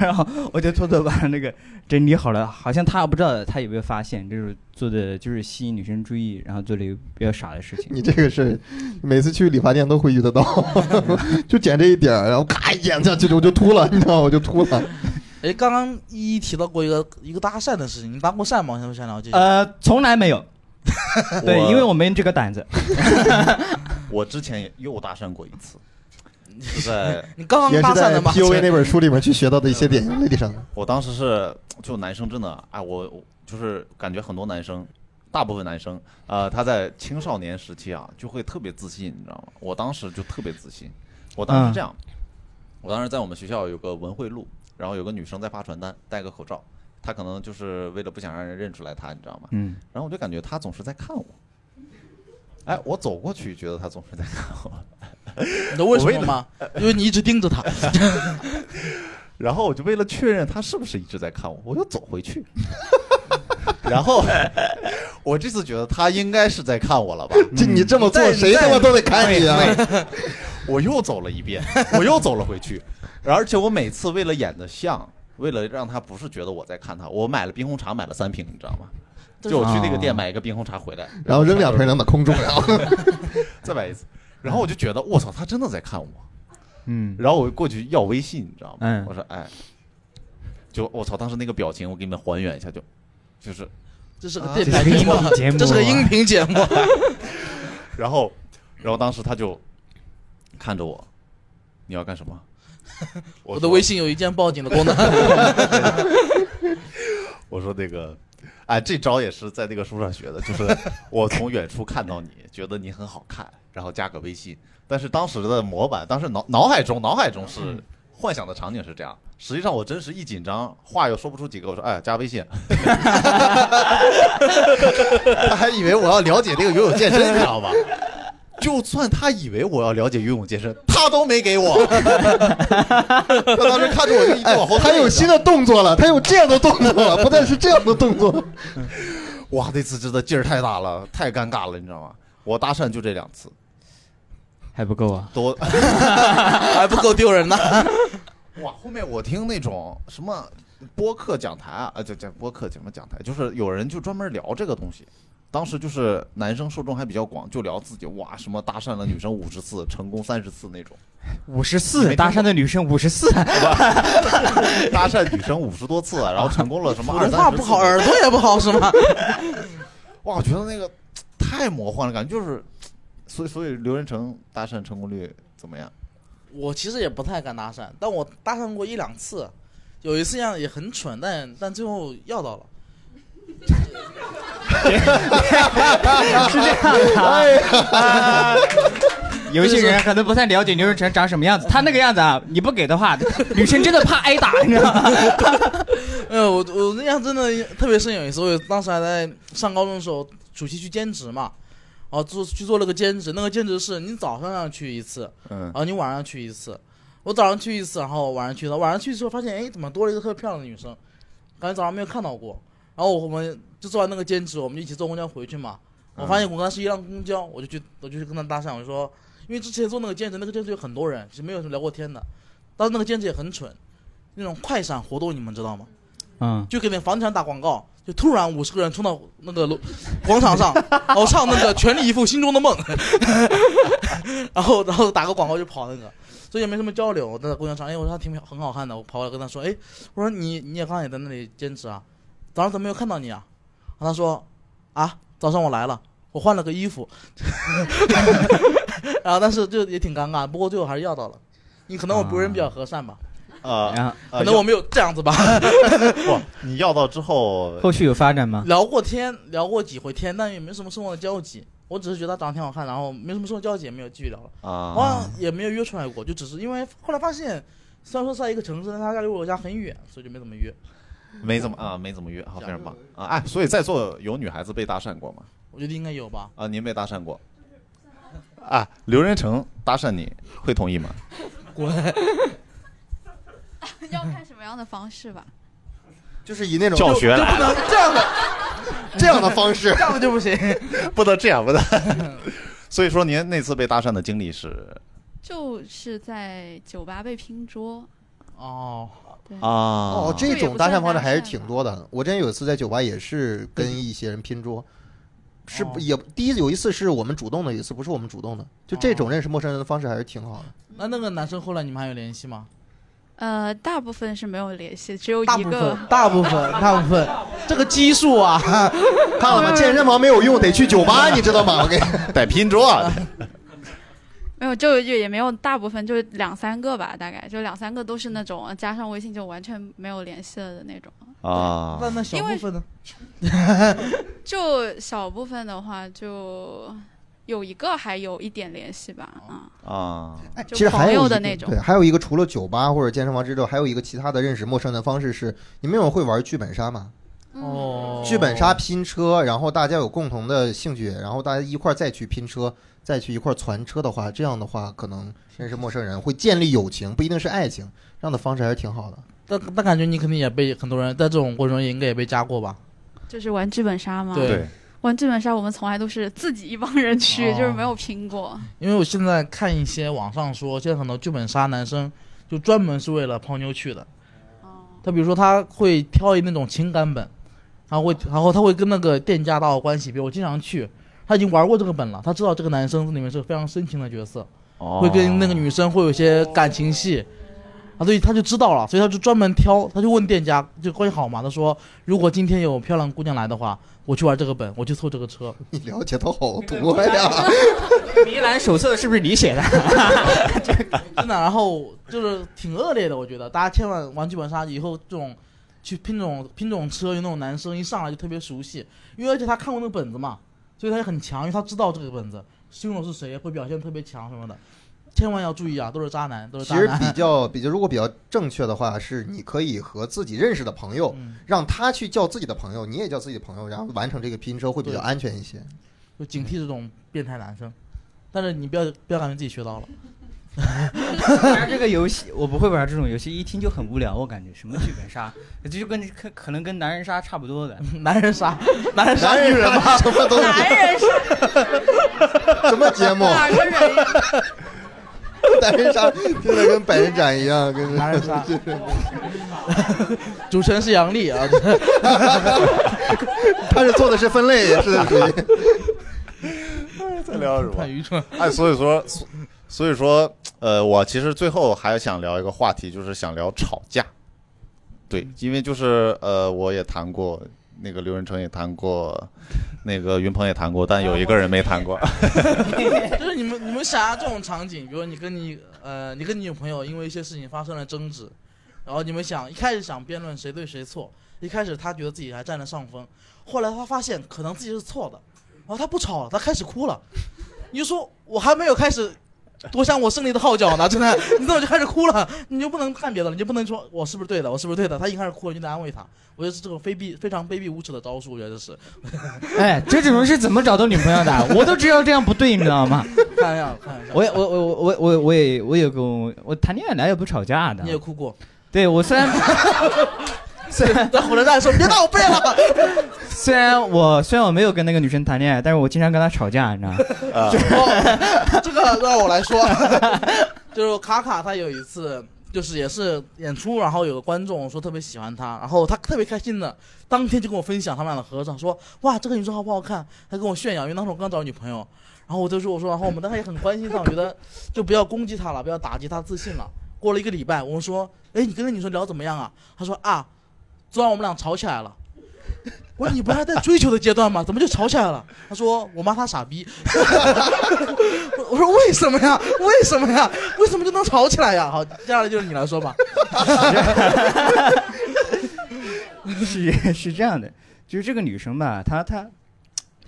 然后我就偷偷把那个整理好了，好像他不知道他有没有发现，就是做的就是吸引女生注意，然后做了一个比较傻的事情。你这个是每次去理发店都会遇得 到，就剪这一点儿，然后咔一剪下去，我就秃了，你知道吗，我就秃 了。哎，刚刚一一提到过一个一个搭讪的事情，你搭过讪吗？想不想了解？呃，从来没 有。对，我因为我没这个胆子。我之前也又搭讪过一 次，是在你刚也刚是搭讪在的吗？ PUA 那本书里面去学到的一些点，类地上。我当时是就男生真的，哎，我我就是感觉很多男生，大部分男生，呃，他在青少年时期啊，就会特别自信，你知道吗？我当时就特别自信，我当时这样，嗯我当时在我们学校有个文汇路，然后有个女生在发传单，戴个口罩，她可能就是为了不想让人认出来她，你知道吗？嗯，然后我就感觉他总是在看我。哎，我走过去，觉得他总是在看我，你知道为什么吗？因为你一直盯着他。呃 然后我就为了确认他是不是一直在看我，我又走回去。 然后我这次觉得他应该是在看我了吧？嗯这你这么做，谁他妈都得看你啊！我又走了一遍，我又走了回去。然后而且我每次为了演的像，为了让他不是觉得我在看他，我买了冰红茶，买了三瓶，你知道吗？就我去那个店买一个冰红茶回来，啊然后扔两盆扔到 空中，然后再买一次。然后我就觉得，我操，他真的在看我。嗯，然后我过去要微信，你知道吗？嗯我说哎，就我操，当时那个表情我给你们还原一下就，就是，这是个啊电台节目，节目这是个音频节目。 然后，然后当时他就看着我，你要干 什么？我说的微，信有一键报警的功能。 我说那个，哎，这招也是在那个书上学的，就是我从远处看到你， 觉得你很好看，然后加个微信。但是当时的模板，当时脑脑海中脑海中嗯是幻想的场景是这样，实际上我真是一紧张，话又说不出几个，我说哎加微信， 他还以为我要了解那个游泳健 身，你知道吗？就算他以为我要了解游泳健身， 他都没给 我。他当时看着我就一直哎往后，退、他有新的动作了，他有这样的动作了，不但是这样的动作。哇，那次真的劲儿太大了，太尴尬了，你知道吗？我搭讪就这两次，还不够啊。都 还不够丢人呢。哇，后面我听那种什么播客讲台啊，呃，这这播客什么讲台，就是有人就专门聊这个东西。当时就是男生受众还比较广，就聊自己哇什么搭讪了女生五十次，成功三十次那种，五十你四没听过搭讪的女生五十四， 搭讪女生五十多次，然后成功了什么普二通三话十不次。好，耳朵也不好是吗？ 哇，我觉得那个太魔幻了，感觉就是，所以所以刘仁成搭讪成功率怎么样？我其实也不太敢搭讪，但我搭讪过一两次，有一次样也很蠢，但但最后要到 了。啊是这样的哎啊。 有一些人可能不太了解牛润成长什么样子，他那个样子啊，你不给的 话，女生真的怕挨打，你知道吗？哎呦，我我那样真的特别深有一次，我当时还在上高中的时候，暑期去兼职嘛，然后做去做了个兼职，那个兼职是你早上要去一次，哦嗯然，后你晚上去一次，我早上去一次，然后晚上去一次，晚上去的时候发现，哎，怎么多了一个特别漂亮的女生，感觉早上没有看到过。然后我们就做完那个兼职，我们就一起坐公交回去嘛。我发现我跟她是一辆公交，我就去，我就去跟她搭讪，我就说，因为之前做那个兼职，那个兼职有很多人，其实没有什么聊过天的，当时那个兼职也很蠢，那种快闪活动你们知道吗？嗯，就给那房地产打广告，就突然五十个人冲到那个楼 广场上，然后唱那个《 全力以赴心中的梦》，然后然后打个广告就跑那个，所以也没什么交流。我在公交上，哎，我说她挺很好看的，我跑过来跟她说，哎，我说你你也刚才也在那里兼职啊，早上怎么没有看到你啊？然后她说，啊，早上我来了，我换了个衣服， 然后但是就也挺尴尬，不过最后还是要到了。你可能我不人比较和善吧，啊、然后呃可能我没有这样子吧。 不，你要到之后，后续有发展啊吗？聊过天，聊过几回天，但也没什么生活的交集。我只是觉得她长得挺好看，然后没什么生活交集，也没有继续聊了，好啊，像也没有约出来过，就只是因为后来发现，虽然说在一个城市，但她家离我家很远，所以就没怎么约。 没怎么啊，没怎么约，好，非常棒啊！哎，所以在座有女孩子被搭讪过吗？我觉得应该有吧。啊，您被搭讪过？啊，刘仁成搭讪你会同意吗？要看什么样的方式吧。就是 以那种教学就来不能这样 的 这样的方式这，样就不行， 不能 这样，不能。所以说，您那次被搭讪的经历是就是在酒吧被拼桌，哦，对啊哦，这这也种不搭算讪方式搭还是讪挺吧多的。我之前有一次在酒吧也是跟一些人拼桌，是不哦也第一有一次是我们主动的，有一次不是我们主动的。就这种认识陌生人的方式还是挺好的。那那个男生后来你们还有联系 吗？呃，大部分是没有联系，只有大一部个分， 大部分，大部分，这个基数 啊，看了吗？健身房没有用，得去酒吧，你知道吗？我给得拼 桌啊，没有，就也也没有大部分，就两三个吧，大概就两三个都是那种加上微信就完全没有联系了的那种。啊那那小部分呢？就小部分的话，就有一个还有一点联系吧，啊、啊哎，就其实还朋有友一的个那种对，还有一个除了酒吧或者健身房之后，还有一个其他的认识陌生人的方式是，你们有人会玩剧本杀吗？哦，嗯剧本杀拼车，然后大家有共同的兴趣，然后大家一块儿再去拼车，再去一块儿攒车的话，这样的话可能认识陌生人，会建立友情，不一定是爱情，这样的方式还是挺好的。但但感觉你肯定也被很多人在这种过程中也应该也被加过吧？就是玩剧本杀嘛。对对，玩剧本杀，我们从来都是自己一帮人去，哦就是没有拼过。因为我现在看一些网上说，现在很多剧本杀男生就专门是为了泡妞去的。他比如说他会挑一那种情感本，然后会然后他会跟那个店家打好关系，比如我经常去，他已经玩过这个本了，他知道这个男生里面是个非常深情的角色，会会哦跟那个女生会有一些感情戏。啊，所以他就知道了，所以他就专门挑，他就问店家，就关系好吗？他说，如果今天有漂亮姑娘来的话，我去玩这个本，我去凑这个车。 你了解的好多呀！ 迷兰手册是不是你写的？真的，然后就是挺恶劣的，我觉得大家千万玩剧本杀以后这种去拼这种拼这种车，有那种男生一上来就特别熟悉，因为而且他看过那个本子嘛，所以他也很强，因为他知道这个本子凶手是谁，会表现特别强什么的，千万要注意啊，都是渣男，都是其渣实男。比较比较，如果比较正确的话，是你可以和自己认识的朋友，嗯，让他去叫自己的朋友，你也叫自己的朋友，然后完成这个拼车会比较对安全一些。 就警惕这种变态男生，但是你不要不要感觉自己学到了，玩这个游戏我不会玩这种游戏，一听就很无聊，我感觉什么剧本杀，这就跟可可能跟男人杀差不多的。 男人 杀，男人杀男女人人嘛，嘛，什么东西？男人是 什么节目？哪个人呀？ 男人杀真的跟百人斩一样，跟男人杀。啊 主持人是杨笠啊， 他是做的是分类，也是属于。在聊什很愚蠢。 哎，所以说，所所以说，呃，我其实最后还想聊一个话题，就是想聊吵架。对，因为就是呃，我也谈过，那个刘仁成也谈过，那个云鹏也谈过，但有一个人没 谈过。就是你们你们想象这种场景，比如你跟你呃你跟你女朋友因为一些事情发生了争执，然后你们想一开始想辩论谁对谁错，一开始她觉得自己还占了上风，后来她发现可能自己是错的，然后她不吵了，她开始哭了，你就说我还没有开始。多想我胜利的号角呢，真的，你怎么就开始哭了？你就不能看别的了，你就不能说我是不是对的，我是不是对的？她已经开始哭了，你得安慰她。我觉得是这种卑鄙、非常卑鄙无耻的招数，我觉得这是。哎，这种是怎么找到女朋友的？我都知道这样不对，你知道吗？开玩笑，开玩笑。 我也我我我我我也我有个我谈恋爱哪有不吵架的你？也哭过， 对我虽然 在火车站说别闹，我背了。虽然我虽然我没有跟那个女生谈恋爱，但是我经常跟她吵架，你知道吗？啊， 这个让我来说， 就是卡卡他有一次。就是也是演出，然后有个观众说特别喜欢他，然后他特别开心的，当天就跟我分享他们俩的合照，说哇这个女生好不好看，他跟我炫耀，因为当时我刚找女朋友，然后我就说我说，然后我们当时也很关心他，我觉得就不要攻击他了，不要打击他自信了。过了一个礼拜，我们说，哎你跟那女生聊怎么样啊？他说啊，昨晚我们俩吵起来了。我说你不是还在追求的阶段吗？怎么就吵起来了？他说我骂他傻逼，我我说为什么呀？为什么呀？为什么就能吵起来呀？好，接下来就是你来说吧。是 是这样的，就是这个女生吧，她她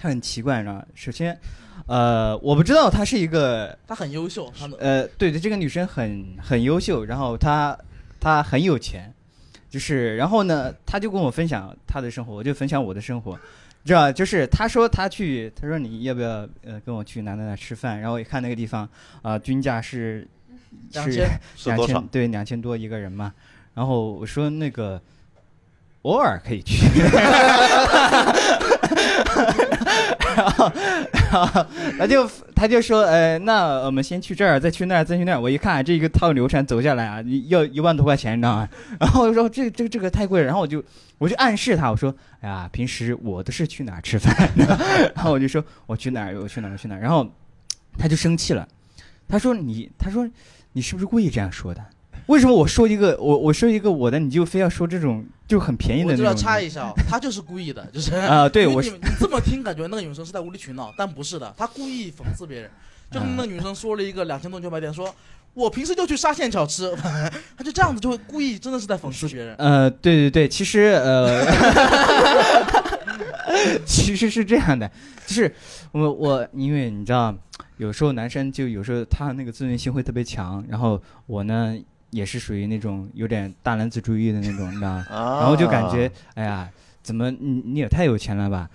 她很奇怪，你知道吗？首先，呃，我不知道她是一个他很优秀，他们呃，对对，这个女生很很优秀，然后她她很有钱，就是然后呢，她就跟我分享她的生活，我就分享我的生活，知道吧就是她说她去，她说你要不要呃跟我去哪哪哪吃饭？然后一看那个地方啊、均价是两是千是多少？对，两千多一个人嘛。然后我说那个偶尔可以去，然后他就他就说，呃，那我们先去这儿，再去那儿，再去那儿。我一看啊这一个套流程走下来啊，一要一万多块钱，你知道吗？ 然后我说这这这个太贵了，然后我就我就暗示他，我说，哎呀，平时我都是去哪儿吃饭， 然后我就说我去哪儿，我去哪儿，我去哪儿，然后他就生气了，他说你，他说你是不是故意这样说的？为什么我说一个我我说一个我的，你就非要说这种就很便宜的我那就种要嗯插一下哦，他就是故意的， 就是啊对因为我你你这么听，感觉那个女生是在无理取闹，但不是的，她故意讽刺别人。就跟那啊个女生说了一个两千多九百点，说我平时就去沙县小吃， 她就这样子，就会故意真的是在讽刺别人。呃，对对对，其实 呃， 其实是这样的，就是我我因为你知道，有时候男生就有时候他那个自尊心会特别强，然后我呢也是属于那种有点大男子主义的那种，你知道吗？啊然后就感觉哎呀。怎么你你也太有钱了吧？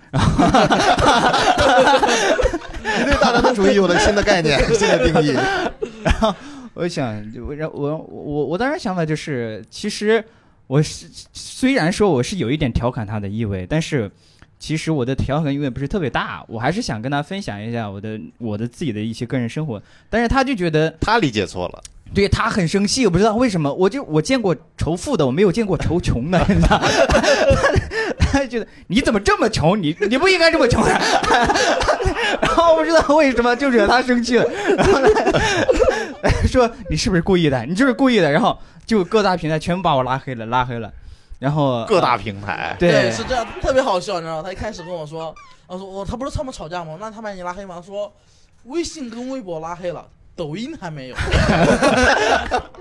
你对大男子主义有了新的概 念、新的 定义。我想我让我我我当时想法就是，其实我是虽然说我是有一点调侃他的意味，但是其实我的调侃意味不是特别大，我还是想跟他分享一下我的我的自己的一些个人生活。但是他就觉得他理解错了，对他很生气，我不知道为什么，我就我见过仇富的，我没有见过仇穷的， 你知道？他他觉得你怎么这么穷？你你不应该这么穷的。啊然后不知道为什么就惹他生气了，然后呢哎说你是不是故意的？你就是故意的。然后就各大平台全部把我拉黑了，拉黑了。然后啊各大平台对是这样，特别好笑，你知道吗？他一开始跟我说，他说我他不是他们吵架吗？那他把你拉黑吗？他说微信跟微博拉黑了。抖音还没有，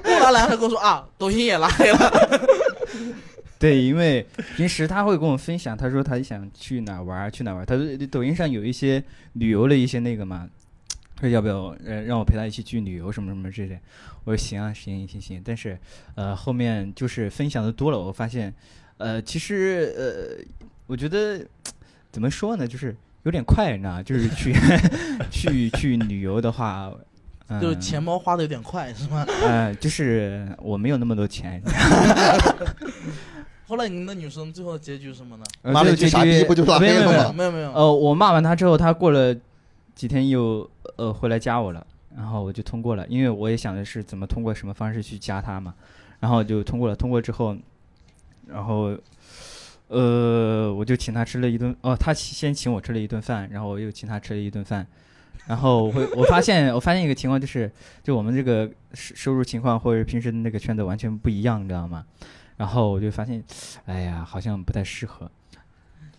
过来来他跟我说啊，抖音也拉黑了，对，因为平时他会跟我分享，他说他想去哪儿玩儿，去哪儿玩儿。他说抖音上有一些旅游的一些那个嘛，说要不要呃让我陪他一起去旅游什么什么之类。我说行啊，行行行。但是呃后面就是分享的多了，我发现呃其实呃我觉得怎么说呢，就是有点快，你知道吗，就是去 去去旅游的话。嗯、就是钱包花的有点快，是吗？呃，就是我没有那么多钱，后来你们的女生最后的结局是什么呢？呃骂了一句结傻局逼不就拉没有黑没有了没有吗？没有没有，呃，我骂完他之后，他过了几天又呃回来加我了，然后我就通过了，因为我也想的是怎么通过什么方式去加他嘛，然后就通过了，通过之后，然后呃我就请他吃了一顿，哦，他请先请我吃了一顿饭，然后我又请他吃了一顿饭。然后我会，我发现，我发现一个情况就是，就我们这个收收入情况或者平时的那个圈子完全不一样，你知道吗？然后我就发现，哎呀，好像不太适合。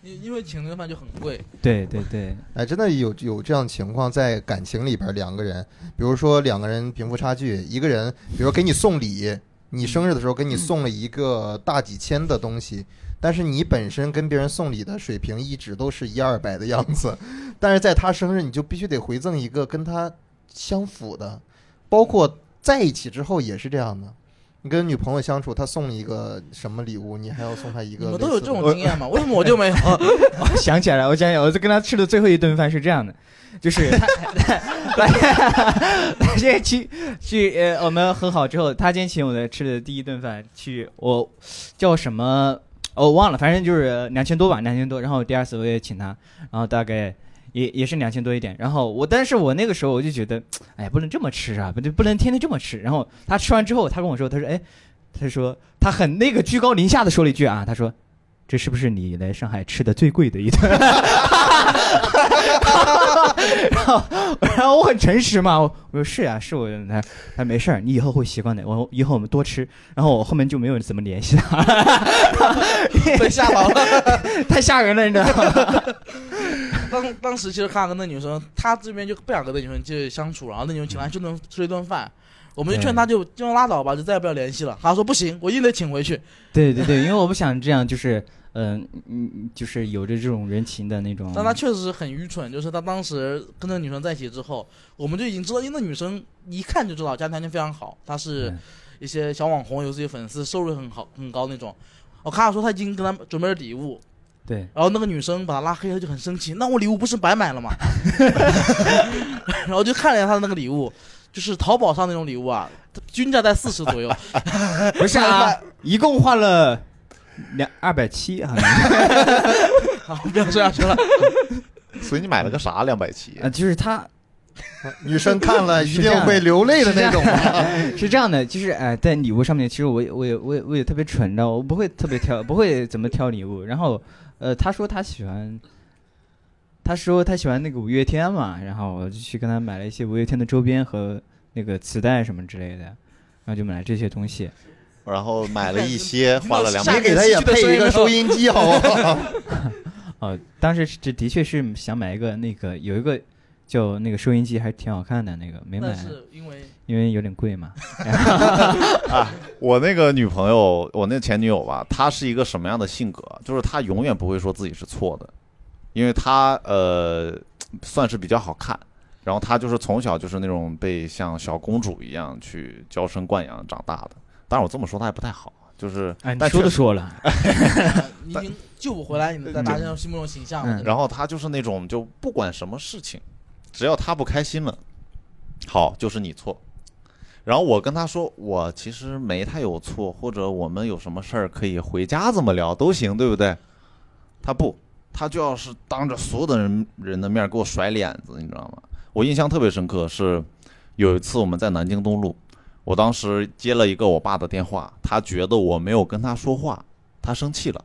因因为请那顿饭就很贵，对对对，哎，真的有有这样情况，在感情里边，两个人，比如说两个人贫富差距，一个人，比如说给你送礼，你生日的时候给你送了一个大几千的东西，但是你本身跟别人送礼的水平一直都是一二百的样子，但是在他生日你就必须得回赠一个跟他相符的，包括在一起之后也是这样的。你跟女朋友相处，她送你一个什么礼物，你还要送她一你个。们都有这种经 验吗？为什么我就没有？想起来了，我想起来，我跟他吃的最后一顿饭是这样的，就是他 他他他先去去呃，我们和好之后，他先请我的吃的第一顿饭，去我叫什么哦、我忘了，反正就是两千多吧，两千多。然后第二次我也请他，然后大概。也也是两千多一点，然后我，但是我那个时候我就觉得，哎，不能这么吃啊，不对，不能天天这么吃。然后他吃完之后，他跟我说，他说，哎，他说他很那个居高临下的说了一句啊，他说，这是不是你来上海吃的最贵的一顿？然后，然 后我很诚实嘛，我我说是啊，是我的。他他没事儿，你以后会习惯的。我以后我们多吃。然后我后面就没有怎么联 系他，被吓跑了。 太吓人了，你知道 吗？当当时其实看跟那女生，她这边就不想跟那女生继续相处，然后那女生请她去顿吃一顿饭，我们就劝她就就拉倒吧，就再也不要联系了。她说不行，我硬得请回去。对对对，因为我不想这样，就是嗯嗯，就是有着这种人情的那种。但她确实很愚蠢，就是她当时跟那女生在一起之后，我们就已经知道，因为那女生一看就知道家庭条件非常好，她是嗯一些小网红，有自己粉丝，收入很好很高那种。我看她说她已经跟她准备了礼物，对然后那个女生把他拉黑，他就很生气，那我礼物不是白买了吗？ 然后就看了一下他的那个礼物，就是淘宝上那种礼物啊，均价在四十左右， 不是啊，一共花了两二百七啊。 好，不要说下去了。 所以你买了个啥？两百七啊，就是他 女生看了一是这定样的会流泪的那种啊。 是这样的，就是哎、在礼物上面，其实我也我也我也我也特别蠢的，我不会特别挑，不会怎么挑礼物。然后，呃，他说他喜欢，他说他喜欢那个五月天嘛，然后我就去跟他买了一些五月天的周边和那个磁带什么之类的，然后就买了这些东西。然后买了一些，花了两下百你一个给他也配一个收音机，好 不好？ 哦，当时是这的确是想买一个那个有一个叫那个收音机，还挺好看的那个，没买但，是因为因为有点贵 嘛。 啊 我那个女朋友，我那前女友吧，她是一个什么样的性格？就是她永远不会说自己是错的，因为她呃算是比较好看，然后她就是从小就是那种被像小公主一样去娇生惯养长大的。当然我这么说她也不太好，就是哎，你但说确都实说 了，呃你已经救不回来你的在大家心目中形象了。嗯嗯然后她就是那种就不管什么事情，只要她不开心了，好就是你错。然后我跟她说，我其实没太有错，或者我们有什么事儿可以回家怎么聊都行，对不对？她不，她就要是当着所有的人人的面给我甩脸子，你知道吗？我印象特别深刻是有一次我们在南京东路，我当时接了一个我爸的电话，他觉得我没有跟他说话，他生气了，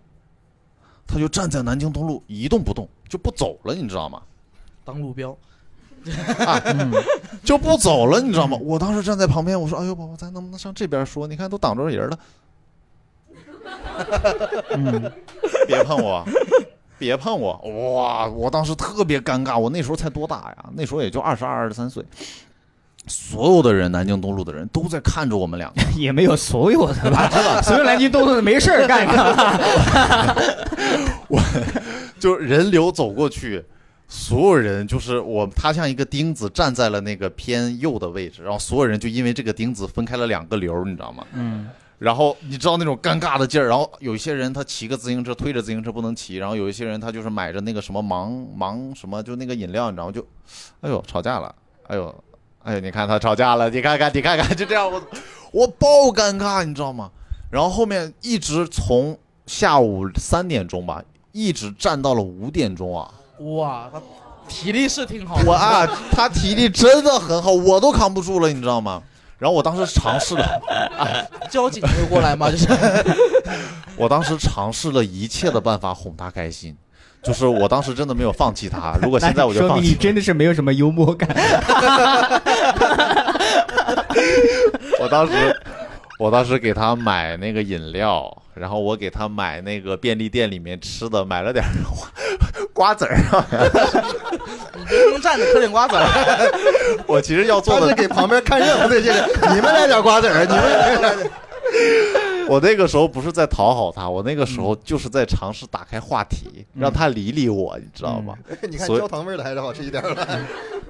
他就站在南京东路一动不动，就不走了，你知道吗？当路标，就不走了，你知道吗？我当时站在旁边，我说：“哎呦，宝宝，咱能不能上这边说？你看都挡着人了。嗯别碰我，别碰我！哇，我当时特别尴尬，我那时候才多大呀？那时候也就二十二、二十三岁。所有的人，南京东路的人都在看着我们两个， 也没有所有的 吧，所有南京东路的没事儿干，你知道吧？ 就是人流走过去，所有人就是我，他像一个钉子站在了那个偏右的位置，然后所有人就因为这个钉子分开了两个流，你知道吗？嗯，然后你知道那种尴尬的劲儿，然后有一些人他骑个自行车推着自行车不能骑，然后有一些人他就是买着那个什么芒芒什么就那个饮料，你知道吗就，哎呦吵架了，哎呦，哎呦你看他吵架了，你看看你看看就这样我我爆尴尬你知道吗？然后后面一直从下午三点钟吧，一直站到了五点钟啊，哇，他体力是挺好的。我啊，他体力真的很好，我都扛不住了，你知道吗？然后我当时尝试了， 交警会过来吗？就是我当时尝试了一切的办法哄她开心，就是我当时真的没有放弃 她。如果现在我就说放明你弃，真的是没有什么幽默感。 我当时，我当时给她买那个饮料，然后我给她买那个便利店里面吃的，买了点儿 瓜子儿。啊你不能站着嗑点瓜子儿。 我其实要做他的是给旁边看热闹的这个，你们来点瓜子儿，你们我那个时候不是在讨好他，我那个时候就是在尝试打开话题，让他理理我，你知道吗？ 嗯 你看所以焦糖味儿的还是好吃一点儿了。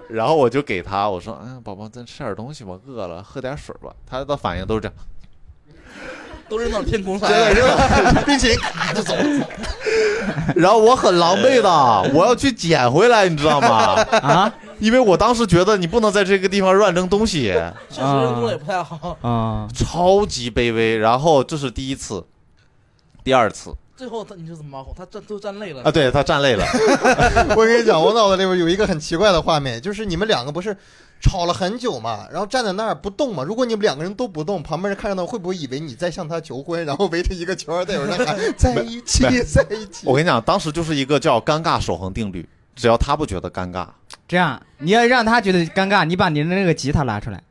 然后我就给他，我说：“哎呀，宝宝，咱吃点东西吧，饿了，喝点水吧。”他的反应都是这样，都扔到天空上。真的 是冰淇淋咔就走了。 然后我很狼狈哎的，我要去捡回来，你知道吗？啊因为我当时觉得你不能在这个地方乱扔东西，确实扔的也不太好。啊！超级卑微。然后这是第一次，第二次最后他你是怎么把控？他站都站累了啊，。对他站 累了， 我跟你讲，我脑子里边有一个很奇怪的画面，就是你们两个不是吵了很久嘛，然后站在那儿不动嘛。如果你们两个人都不动，旁边人看着呢，会不会以为你在向他求婚？然后围着一个球儿在有人在喊 在一起，在一起。我跟你讲，当时就是一个叫尴尬守恒定律，只要他不觉得尴尬，这样你要让他觉得尴尬，你把你的那个吉他拿出 来，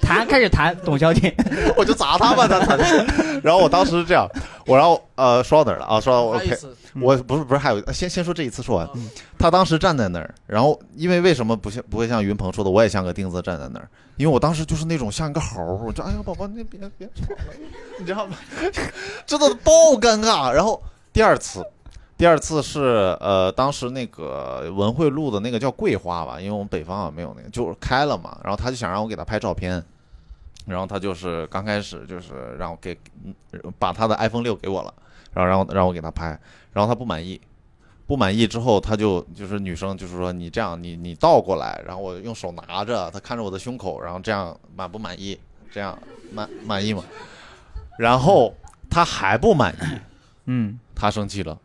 弹开始弹，董小姐。我就砸他吧，他他。然后我当时是这样，我然后呃说到哪儿了啊？说到我还有一 OK，次，我不是不是还有呃先先说这一次说完啊，他当时站在那儿，然后因为为什么不像不会像云鹏说的，我也像个钉子站在那儿，因为我当时就是那种像一个猴儿，我就哎呀宝宝你别别吵了，你知道吗？真的爆尴尬。然后第二次。第二次是呃，当时那个文汇路的那个叫桂花吧，因为我们北方好啊像没有那个，就是开了嘛。然后他就想让我给他拍照片，然后他就是刚开始就是让我给把他的 iPhone 六给我了，然后让我让我给他拍，然后他不满意，不满意之后他就就是女生就是说你这样你你倒过来，然后我用手拿着，他看着我的胸口，然后这样满不满意？这样满满意吗？然后他还不满意，嗯，他生气了，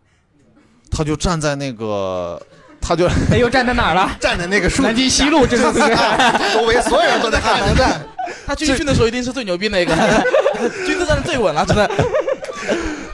他就站在那个，他就哎，又站在哪儿了？ 站在那个树南京西路，这次是 周围所有人都在看他站，他军训的时候一定是最牛逼 那个，军姿站的最稳啊了，真的。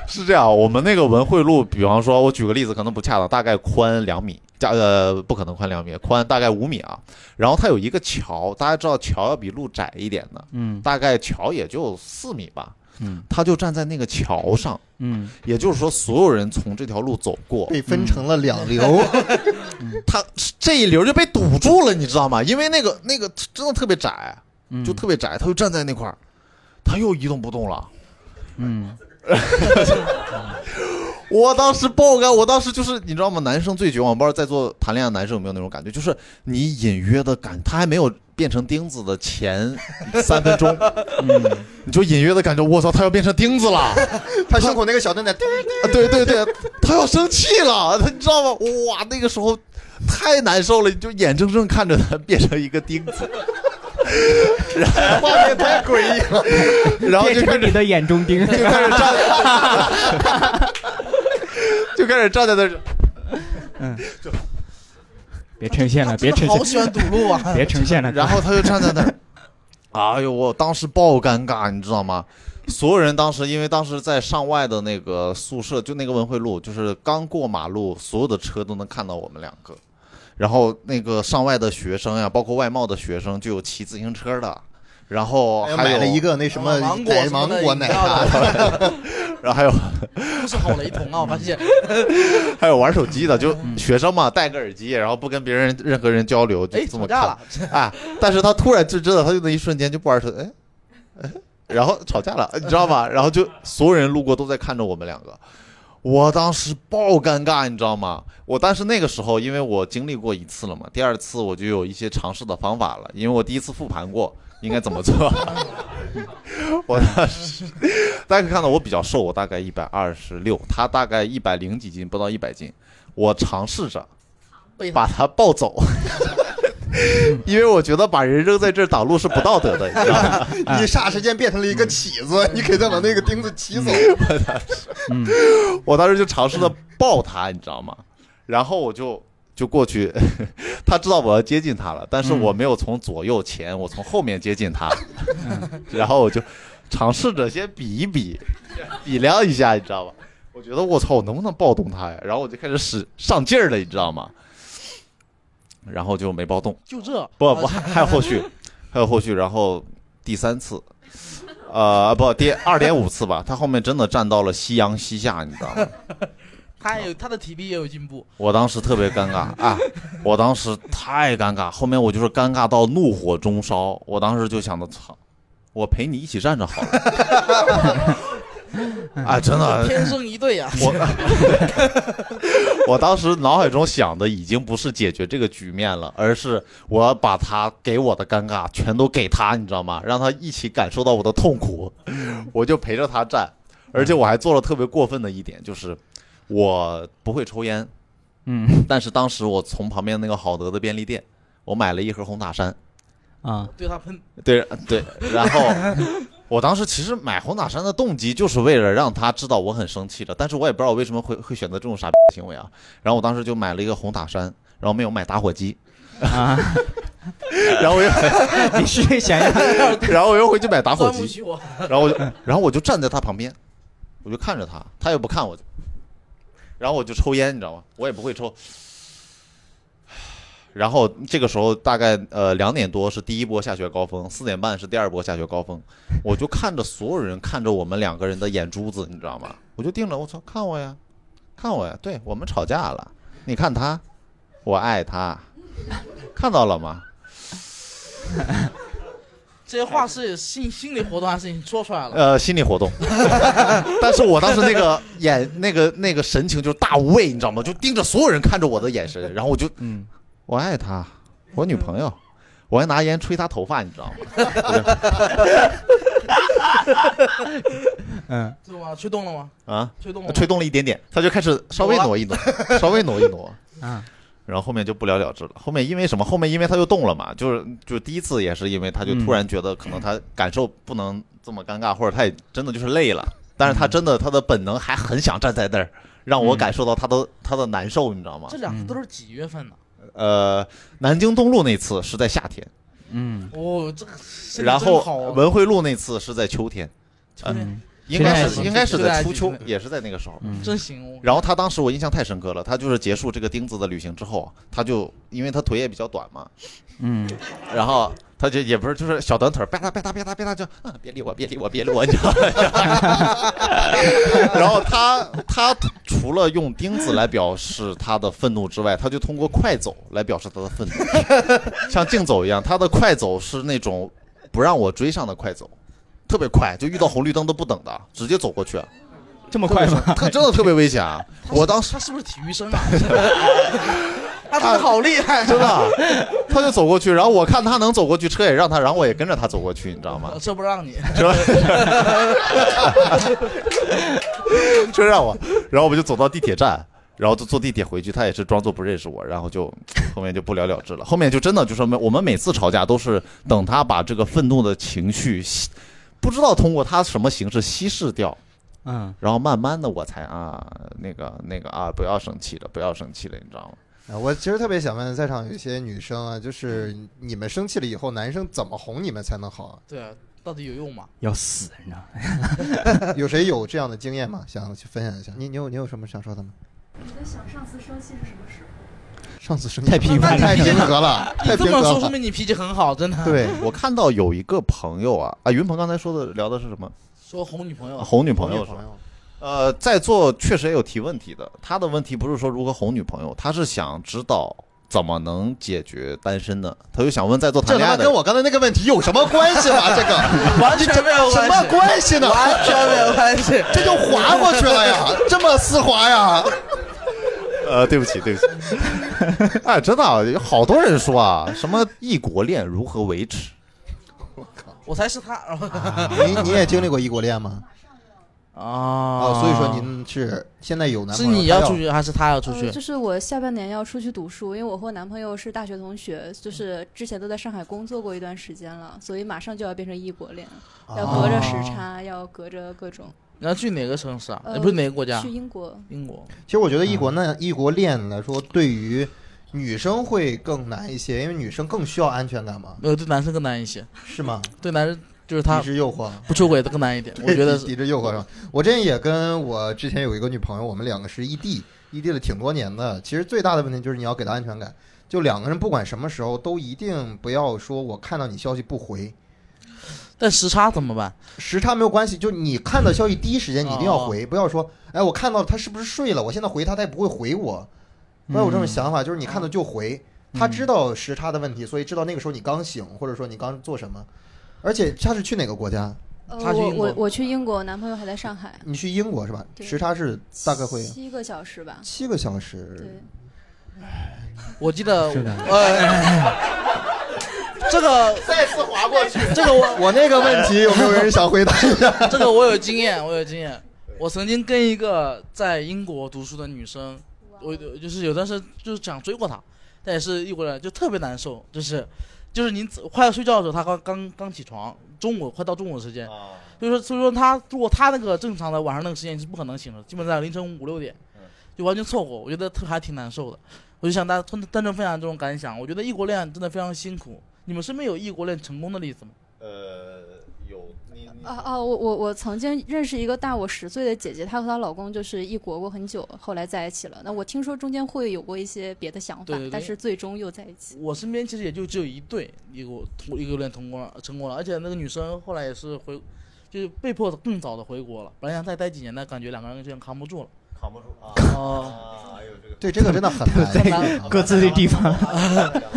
是这样，我们那个文汇路，比方说，我举个例子，可能不恰当，大概宽两米，加呃不可能宽两米，宽大概五米啊。然后它有一个桥，大家知道桥要比路窄一点的，嗯大概桥也就四米吧。嗯他就站在那个桥上，嗯，也就是说，所有人从这条路走过，嗯被分成了嗯两流， 他这一流就被堵住了，你知道吗？因为那个那个真的特别窄，嗯就特别窄，他就站在那块儿，他又一动不动了。嗯 我当时爆肝，我当时就是你知道吗？男生最绝望，我不知道在座谈恋爱的男生有没有那种感觉，就是你隐约的感，他还没有变成钉子的前三分钟，嗯，你就隐约的感觉，我操，他要变成钉子了，啊、 他胸口那个小灯 点，对对对，他要生气了，他你知道吗？哇，那个时候太难受了，你就眼睁睁看着他变成一个钉子，画面太诡异了。然后就变开成始你的眼中钉。就开始 站在，就开始站在那儿，嗯别呈现了，别呈好现，喜欢堵路啊！别呈现了。然后他就站在那儿，哎呦，我当时爆尴尬，你知道吗？所有人当时因为当时在上外的那个宿舍，就那个文汇路，就是刚过马路，所有的车都能看到我们两个。然后那个上外的学生呀，包括外贸的学生，就有骑自行车的，然后还有哎买了一，个那什么芒果奶什么的芒果奶啊茶，饮料的 然后还有故事好雷同啊！我发现， 还有玩手机的，就学生嘛，戴个耳机，然后不跟别人任何人交流，就哎，这吵么架看了。啊！但是他突然就知道，他就那一瞬间就不玩手机，哎，哎，然后吵架了， 你知道吗？然后就所有人路过都在看着我们两个，我当时爆尴尬，你知道吗？我但是那个时候，因为我经历过一次了嘛，第二次我就有一些尝试的方法了，因为我第一次复盘过应该怎么做。 我当时大家可以看到我比较瘦，我大概一百二十六，他大概一百零几斤，不到一百斤。我尝试着被他把他抱走。 因为我觉得把人扔在这儿挡路是不道德 的，你知道吗？一霎时间变成了一嗯个起子，你给他把那个钉子起走。 嗯， 我当时就尝试的抱他，你知道吗？然后我就就过去， 他知道我要接近他了，但是我没有从左右前，我从后面接近他， 然后我就尝试着先比一比，比量一下，你知道吧？我觉得我操，我能不能抱动他呀？然后我就开始使上劲儿了，你知道吗？然后就没抱动。就这啊不不，还有后续，还有后续，然后第三次，呃，不，第二点五次吧，他后面真的站到了夕阳西下，你知道吗？他也有他的体力也有进步，我当时特别尴尬啊，我当时太尴尬，后面我就是尴尬到怒火中烧，我当时就想着，操，我陪你一起站着好了， 啊，真的，天生一对啊！我 我当时脑海中想的已经不是解决这个局面了，而是我要把他给我的尴尬全都给他，你知道吗？让他一起感受到我的痛苦，我就陪着他站，而且我还做了特别过分的一点，就是我不会抽烟，嗯但是当时我从旁边那个好德的便利店，我买了一盒红塔山，啊，对他喷，对对，然后我当时其实买红塔山的动机就是为了让他知道我很生气了，但是我也不知道我为什么会会选择这种傻逼行为啊。然后我当时就买了一个红塔山，然后没有买打火机。 啊， 然后我又，你是想要 然后我又回去买打火钻木机，取火，然后我就，然后我就站在他旁边，我就看着他，他也不看我，然后我就抽烟，你知道吗？我也不会抽。然后这个时候大概呃两点多是第一波下雪高峰，四点半是第二波下雪高峰，我就看着所有人看着我们两个人的眼珠子，你知道吗？我就定了，我操，看我呀，看我呀，对我们吵架了，你看他，我爱他，看到了吗？这些话是心心理活动还是你说出来了？呃，心理活动， 但是我当时那个眼那个那个神情就是大无畏，你知道吗？就盯着所有人看着我的眼神，然后我就嗯我爱她，我女朋友，我还拿烟吹她头发，你知道吗？ 嗯是吗？吹动了吗？啊，吹动了吗，吹动了一点点，她就开始稍微挪一挪， 稍微挪一 挪，啊，然后后面就不了了之了。后面因为什么？后面因为她就动了嘛，就是就第一次也是因为她就突然觉得可能她感受不能这么尴尬，或者她也真的就是累了，但是她真的她的本能还很想站在那儿，让我感受到他的他的难受，你知道吗这？两个都是几月份呢？呃，南京东路那次是在夏天，嗯，哦，这个身体然真好后啊文汇路那次是在秋天，嗯秋天嗯应该现是在应该是现在在初秋现，在也是在那个时候。嗯真行，哦然后他当时我印象太深刻了，他就是结束这个钉子的旅行之后，啊他就因为他腿也比较短嘛，嗯，然后他就也不是就是小短腿儿，吧嗒吧嗒吧嗒吧嗒就啊别理我别理我别理我，你知道吗？ 然后他他除了用钉子来表示他的愤怒之外，他就通过快走来表示他的愤怒，像竞走一样，他的快走是那种不让我追上的快走，特别快，就遇到红绿灯都不等的，直接走过去，这么快吗？他真的特别危险啊！我当时。他是不是体育生啊？ 他真的好厉害，真的，他就走过去，然后我看他能走过去，车也让他，然后我也跟着他走过去，你知道吗我？ 这不让你， 车让我，然后我们就走到地铁站，然后就坐地铁回去，他也是装作不认识我，然后就后面就不了了之了。后面就真的就是我们我们每次吵架都是等他把这个愤怒的情绪稀，不知道通过他什么形式稀释掉，嗯，然后慢慢的我才啊那个那个啊不要生气了，不要生气了，你知道吗？啊，我其实特别想问在场有一些女生啊，就是你们生气了以后，男生怎么哄你们才能好啊？对啊，到底有用吗？要死，你知道吗？ 有谁有这样的经验吗？想去分享一下？你你有你有什么想说的吗？我在想上次生气是什么时候？上次生气太频繁了太平和了，太你这平么和说说了。明你脾气很好，真的。对，我看到有一个朋友啊啊，云鹏刚才说的聊的是什么？说哄女朋友，哄女朋女友是吧朋？友，呃，在座确实也有提问题的，他的问题不是说如何哄女朋友，他是想知道怎么能解决单身的，他就想问在座谈这恋他爱妈的跟人。我刚才那个问题有什么关系吗？这个 完全没有什关么系，关系呢？完全没有关系。这就滑过去了呀，这么丝滑呀？呃，对不起，对不 起。哎，真的啊，有好多人说啊，什么异国恋如何维持？我才是他啊 你你也经历过异国恋吗？啊啊，所以说您是现在有男是朋友，你他要出去还是他要出去呃？就是我下半年要出去读书，因为我和男朋友是大学同学，就是之前都在上海工作过一段时间了，所以马上就要变成异国恋，哦要隔着时差，要隔着各种。你要去哪个城市啊？呃哎不是哪个国家嗯去？英国，英国。其实我觉得异国那异国恋来说，对于女生会更难一些，因为女生更需要安全感嘛，没呃有，对男生更难一些，是吗？对男生就是他抵制诱惑，不出轨的更难一点。我觉得抵是抵制诱惑是吧？我之前也跟我之前有一个女朋友，我们两个是异地，异地了挺多年的。其实最大的问题就是你要给她安全感，就两个人不管什么时候都一定不要说我看到你消息不回，但时差怎么办？哦时差没有关系，就你看到消息第一时间你一定要回，不要说，哎，我看到了他是不是睡了？我现在回他，他也不会回我。不要有嗯这种想法，就是你看到就回。他知道时差的问题，所以知道那个时候你刚醒，或者说你刚做什么。而且他是去哪个国家？呃，他去我英国我我去英国，男朋友还在上海，你去英国是吧？对时差是大概会七个小时吧。七个小时。对，我记得是的， 呃，哎这个再次划过去。这个我我那个问题有没有人想回答 一下？ 这个我有经验，我有经验。我曾经跟一个在英国读书的女生，我就是有段时间就是想追过她，但也是一过来就特别难受，就是就是你快要睡觉的时候，她刚刚刚起床，中午快到中午的时间，啊所以说所以说她如果她那个正常的晚上那个时间是不可能醒的，基本在凌晨五六点，嗯就完全错过，我觉得特还挺难受的。我就想大家单单纯分享这种感想，我觉得异国恋真的非常辛苦。你们身边有异国恋成功的例子吗？呃，有你啊啊，我我我曾经认识一个大我十岁的姐姐，她和她老公就是异国过很久，后来在一起了。那我听说中间会有过一些别的想法，对对对但是最终又在一 起。我身边其实也就只有一对一个同一个恋成功了，成功了，而且那个女生后来也是回，就是被迫更早的回国了，本来想再待几年的，感觉两个人就扛不住了。扛不住啊哦、啊！有这个对，这个真的很 难。很难各自的地 方，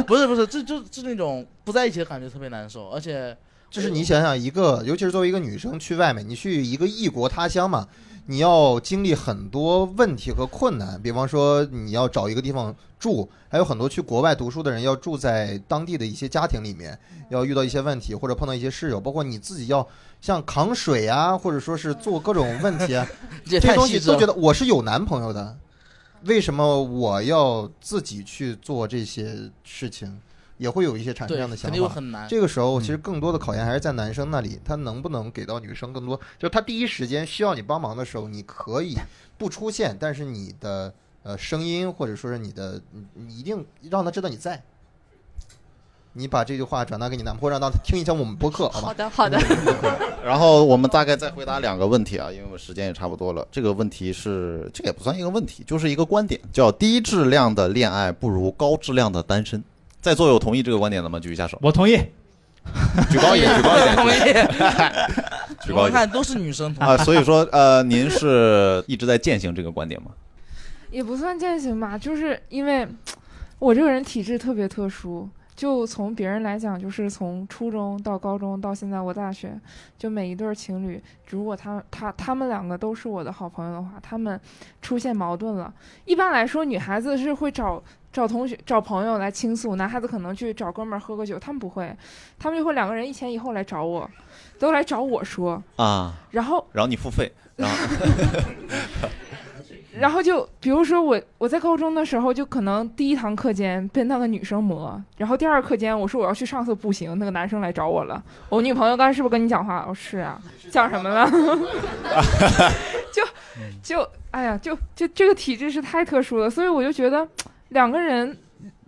不是不是，这就就那种不在一起的感觉特别难受，而且就是你想想，一个尤其是作为一个女生去外面，你去一个异国他乡嘛，你要经历很多问题和困难。比方说，你要找一个地方住，还有很多去国外读书的人要住在当地的一些家庭里面，要遇到一些问题，或者碰到一些室友，包括你自己要像扛水啊，或者说是做各种问题啊， 这也这些太东西细致都觉了。得我是有男朋友的，为什么我要自己去做这些事情？也会有一些产生这对样的，想肯定会法。很难。这个时候，其实更多的考验还是在男生那里，他能不能给到女生更多？就是他第一时间需要你帮忙的时候，你可以不出现，但是你的呃声音或者说是你的，你你一定让他知道你在。你把这句话转达给你男朋友，让他听一下我们播客，好吧好？的，好的， 然后我们大概再回答两个问题啊，因为我们时间也差不多了。这个问题是，这个也不算一个问题，就是一个观点，叫低质量的恋爱不如高质量的单身。在座有同意这个观点的吗？举一下手，我同意。举高 一点，举高一点，同意，举我高一们点。看都是女生同意。啊、所以说，呃，您是一直在践行这个观点吗？也不算践行吧，就是因为我这个人体质特别特殊，就从别人来讲，就是从初中到高中到现在我大学，就每一对儿情侣，如果他他他们两个都是我的好朋友的话，他们出现矛盾了，一般来说女孩子是会找。找同学、找朋友来倾诉，男孩子可能去找哥们儿喝个酒，他们不会，他们就会两个人一前一后来找我，都来找我说，啊，然后然后你付费， 然后然后就比如说我我在高中的时候，就可能第一堂课间被那个女生磨，然后第二课间我说我要去上厕不行，那个男生来找我了。我女朋友刚才是不是跟你讲话？我、是啊，讲什么呢？ 就就哎呀，就就这个体质是太特殊了，所以我就觉得两个人，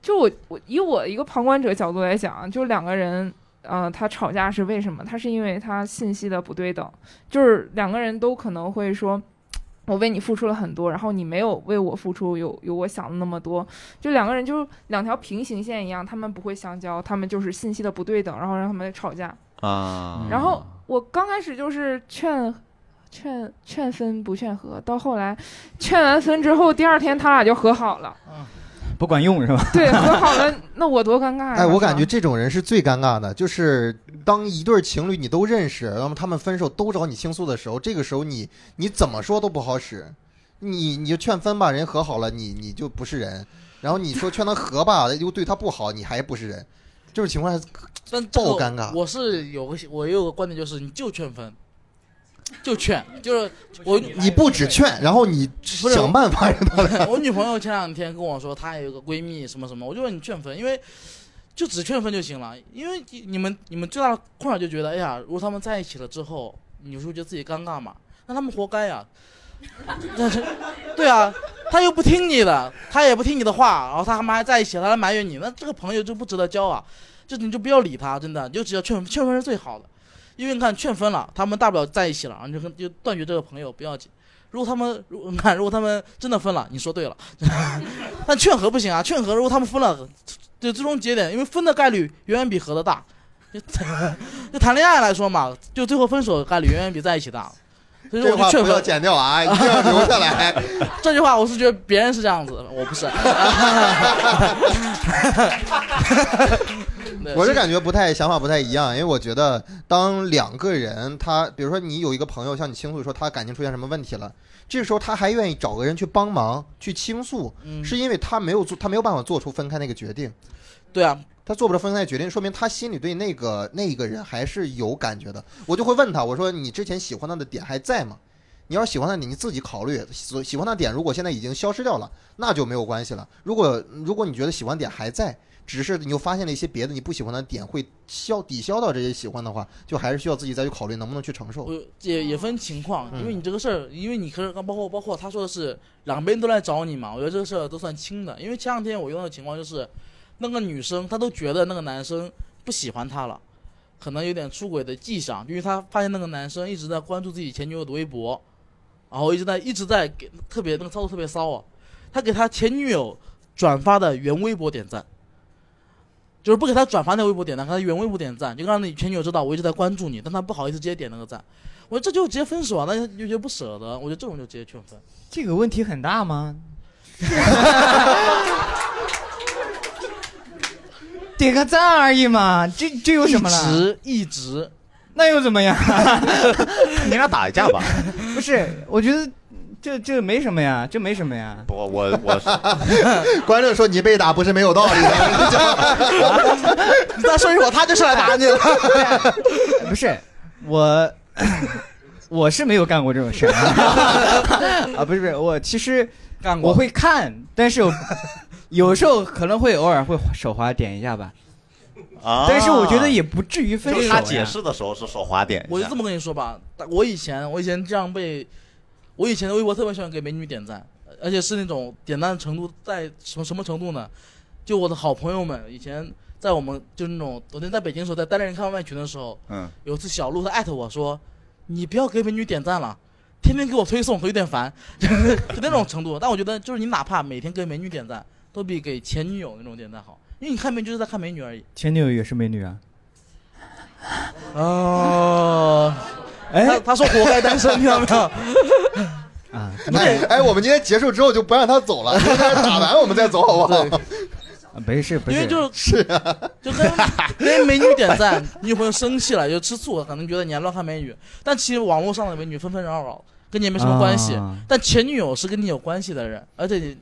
就我我以我一个旁观者角度来讲，啊就两个人。嗯、他吵架是为什么？他是因为他信息的不对等，就是两个人都可能会说，我为你付出了很多，然后你没有为我付出有有我想的那么多，就两个人就两条平行线一样，他们不会相交，他们就是信息的不对等，然后让他们吵架。 啊，嗯然后我刚开始就是劝劝劝分不劝和，到后来劝完分之后，第二天他俩就和好了。不管用 是吧？对，和好了，那我多尴尬呀！哎，我是吧感觉这种人是最尴尬的，就是当一对情侣你都认识，那么他们分手都找你倾诉的时候，这个时候你你怎么说都不好使，你你就劝分吧，人和好了，你你就不是人，然后你说劝他和吧， 又对他不好，你还不是人，这种情况还是但这个爆尴尬我是有个我有个观点，就是你就劝分，就劝，就是我你不止劝，然后你是想办法让他来。 我女朋友前两天跟我说，她有个闺蜜什么什么，我就问你劝分，因为就只劝分就行了，因为你你们你们最大的困扰就觉得，哎呀，如果他们在一起了之后，你是不是觉得自己尴尬嘛？那他们活该呀、但是，对啊，他又不听你的，他也不听你的话，然后他们还在一起，他还埋怨你，那这个朋友就不值得交啊！就你就不要理他，真的，你就只要劝劝分是最好的，因为你看劝分了，他们大不了在一起了，然后你就跟就断绝这个朋友不要紧。如果他们如你看，如果他们真的分了，你说对了， 但劝和不行啊，劝和如果他们分了，就最终节点，因为分的概率远远比和的大，就就谈恋爱来说嘛，就最后分手的概率远远比在一起大，所以说这我话就劝不分要。剪掉啊，一定要留下来。 这句话我是觉得别人是这样子的，我不是。对我是感觉不太想法不太一样，因为我觉得当两个人他，比如说你有一个朋友向你倾诉说他感情出现什么问题了，这时候他还愿意找个人去帮忙去倾诉，嗯是因为他没有做，他没有办法做出分开那个决定，对啊，他做不了分开决定，说明他心里对那个那一个人还是有感觉的。我就会问他，我说你之前喜欢他的点还在吗？你要是喜欢他点，你自己考虑。喜喜欢他点，如果现在已经消失掉了，那就没有关系了。如果如果你觉得喜欢点还在，只是你又发现了一些别的你不喜欢的点，会消抵消到这些喜欢的话，就还是需要自己再去考虑能不能去承受。我也也分情况，嗯因为你这个事儿，因为你可是包括包括他说的是两边都来找你嘛，我觉得这个事儿都算轻的。因为前两天我遇到的情况就是，那个女生她都觉得那个男生不喜欢她了，可能有点出轨的迹象，因为她发现那个男生一直在关注自己前女友的微博，然后一直在一直在给特别那个操作特别骚啊，他给他前女友转发的原微博点赞。就是不给他转发那微博点赞，给他原微博点赞，就让你前女友知道我一直在关注你，但他不好意思直接点那个赞，我说这就直接分手啊，那就就觉得不舍得，我觉得这种就直接劝分。这个问题很大 吗？点个赞而已嘛，这这有什么一了？直一直，那又怎么样？ 你俩打一架吧。不是，我觉得这这没什么呀，这没什么呀。我我我是 观众说你被打不是没有道理的， 你再说一会儿他就是来打你了。不是 我，我是没有干过这种事儿 啊啊，不是不是，我其实干过，我会看，但是有有时候可能会偶尔会手滑点一下吧。啊但是我觉得也不至于分就手是呀。他解释的时候是手滑点一下，我就这么跟你说吧，我以前我以前这样被，我以前的微博特别喜欢给美女点赞，而且是那种点赞程度在什么什么程度呢？就我的好朋友们以前在我们就是那种昨天在北京的时候，在单立人开外卖群的时候，嗯，有一次小鹿他艾特我说，你不要给美女点赞了。天天给我推送，我有点烦， 就是就那种程度。但我觉得，就是你哪怕每天给美女点赞，都比给前女友那种点赞好，因为你看美女就是在看美女而已。前女友也是美女啊。哦，他哎他说活该单身，听到没有？啊，哎哎，我们今天结束之后就不让他走了，让他打完我们再走好不好？没事不因是，为就是 就 跟跟美女点赞，女朋友生气了就吃醋，可能觉得你还乱看美女，但其实网络上的美女纷纷扰扰，跟你也没什么关系。啊但前女友是跟你有关系的人，而且你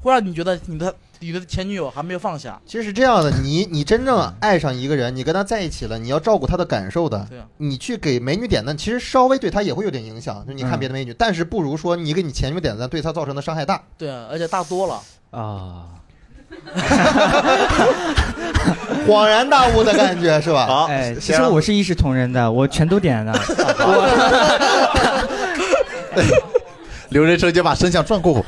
会让你觉得你的你的前女友还没有放下。其实是这样的，你你真正爱上一个人，你跟他在一起了，你要照顾他的感受的对啊。你去给美女点赞，其实稍微对他也会有点影响，就你看别的美女，嗯但是不如说你给你前女友点赞对他造成的伤害大。对啊，而且大多了。啊，恍然大悟的感觉是吧？好，啊哎，先其实让我是一视同仁的，我全都 点的。刘仁生就把身向转过。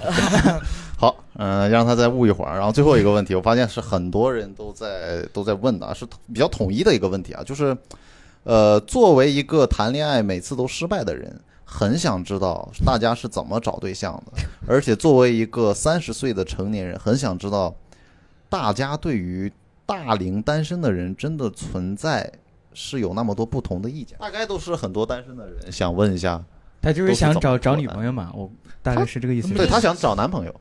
好，嗯、让他再悟一会儿。然后最后一个问题，我发现是很多人都在都在问的啊，是比较统一的一个问题啊，就是，呃，作为一个谈恋爱每次都失败的人，很想知道大家是怎么找对象的，而且作为一个三十岁的成年人，很想知道大家对于大龄单身的人真的存在是有那么多不同的意见，大概都是很多单身的人想问一下，他就是想找都是怎么做找的女朋友嘛，我大概是这个意思。对他想找男朋友，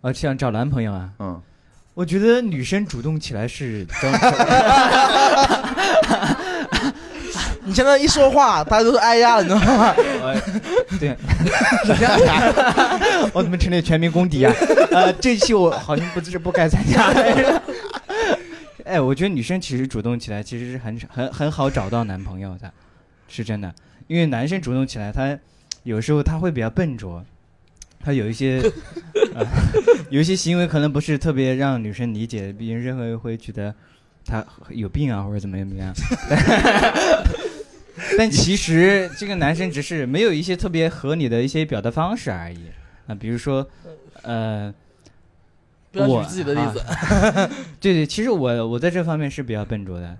呃，想找男朋友啊。嗯。我觉得女生主动起来是 真，你现在一说话，大家都是哎呀了，你知道吗？对， 我怎么成了全民公敌啊？呃，这一期我好像不是不该参加。 哎，我觉得女生其实主动起来其实是很很很好找到男朋友的，是真的。因为男生主动起来，他有时候他会比较笨拙，他有 一些、呃、有一些行为可能不是特别让女生理解，别人会会觉得他有病啊或者怎么样怎么样。 但其实这个男生只是没有一些特别合理的一些表达方式而已啊、比如说，呃，不要我啊举自己的例子。 对对，其实我我在这方面是比较笨拙的，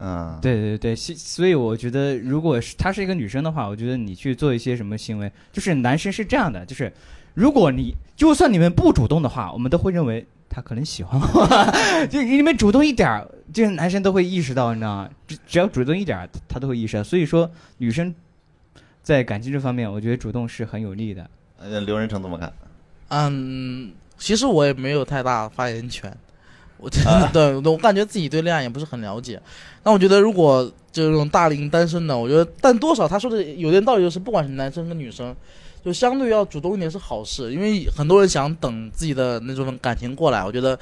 嗯，对对对，所所以我觉得，如果是她是一个女生的话，我觉得你去做一些什么行为，就是男生是这样的，就是如果你就算你们不主动的话，我们都会认为他可能喜欢我， 就你们主动一点儿，这个男生都会意识到，你知道吗？只只要主动一点儿，他他都会意识到。所以说，女生在感情这方面，我觉得主动是很有利的。 呃，刘仁成怎么看？嗯，其实我也没有太大发言权，我真的、对我感觉自己对恋爱也不是很了解。那我觉得如果这种大龄单身的，我觉得但多少他说的有点道理，就是不管是男生跟女生，就相对要主动一点是好事，因为很多人想等自己的那种感情过来，我觉得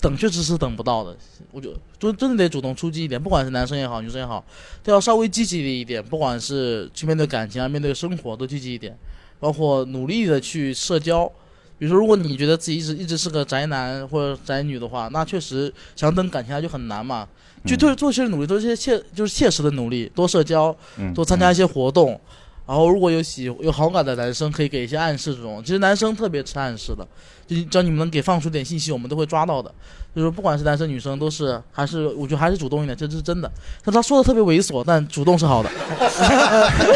等确实是等不到的。我就就真的得主动出击一点，不管是男生也好，女生也好，都要稍微积极一点，不管是去面对感情啊，面对生活都积极一点，包括努力的去社交。比如说，如果你觉得自己一直一直是个宅男或者宅女的话，那确实想等感情来啊就很难嘛。就做做些努力，做些切就是切实的努力，多社交，嗯多参加一些活动。然后如果有喜有好感的男生，可以给一些暗示这种。其实男生特别吃暗示的，就只要你们能给放出点信息，我们都会抓到的。就是不管是男生女生，都是还是我觉得还是主动一点，这是真的。但他说的特别猥琐，但主动是好的。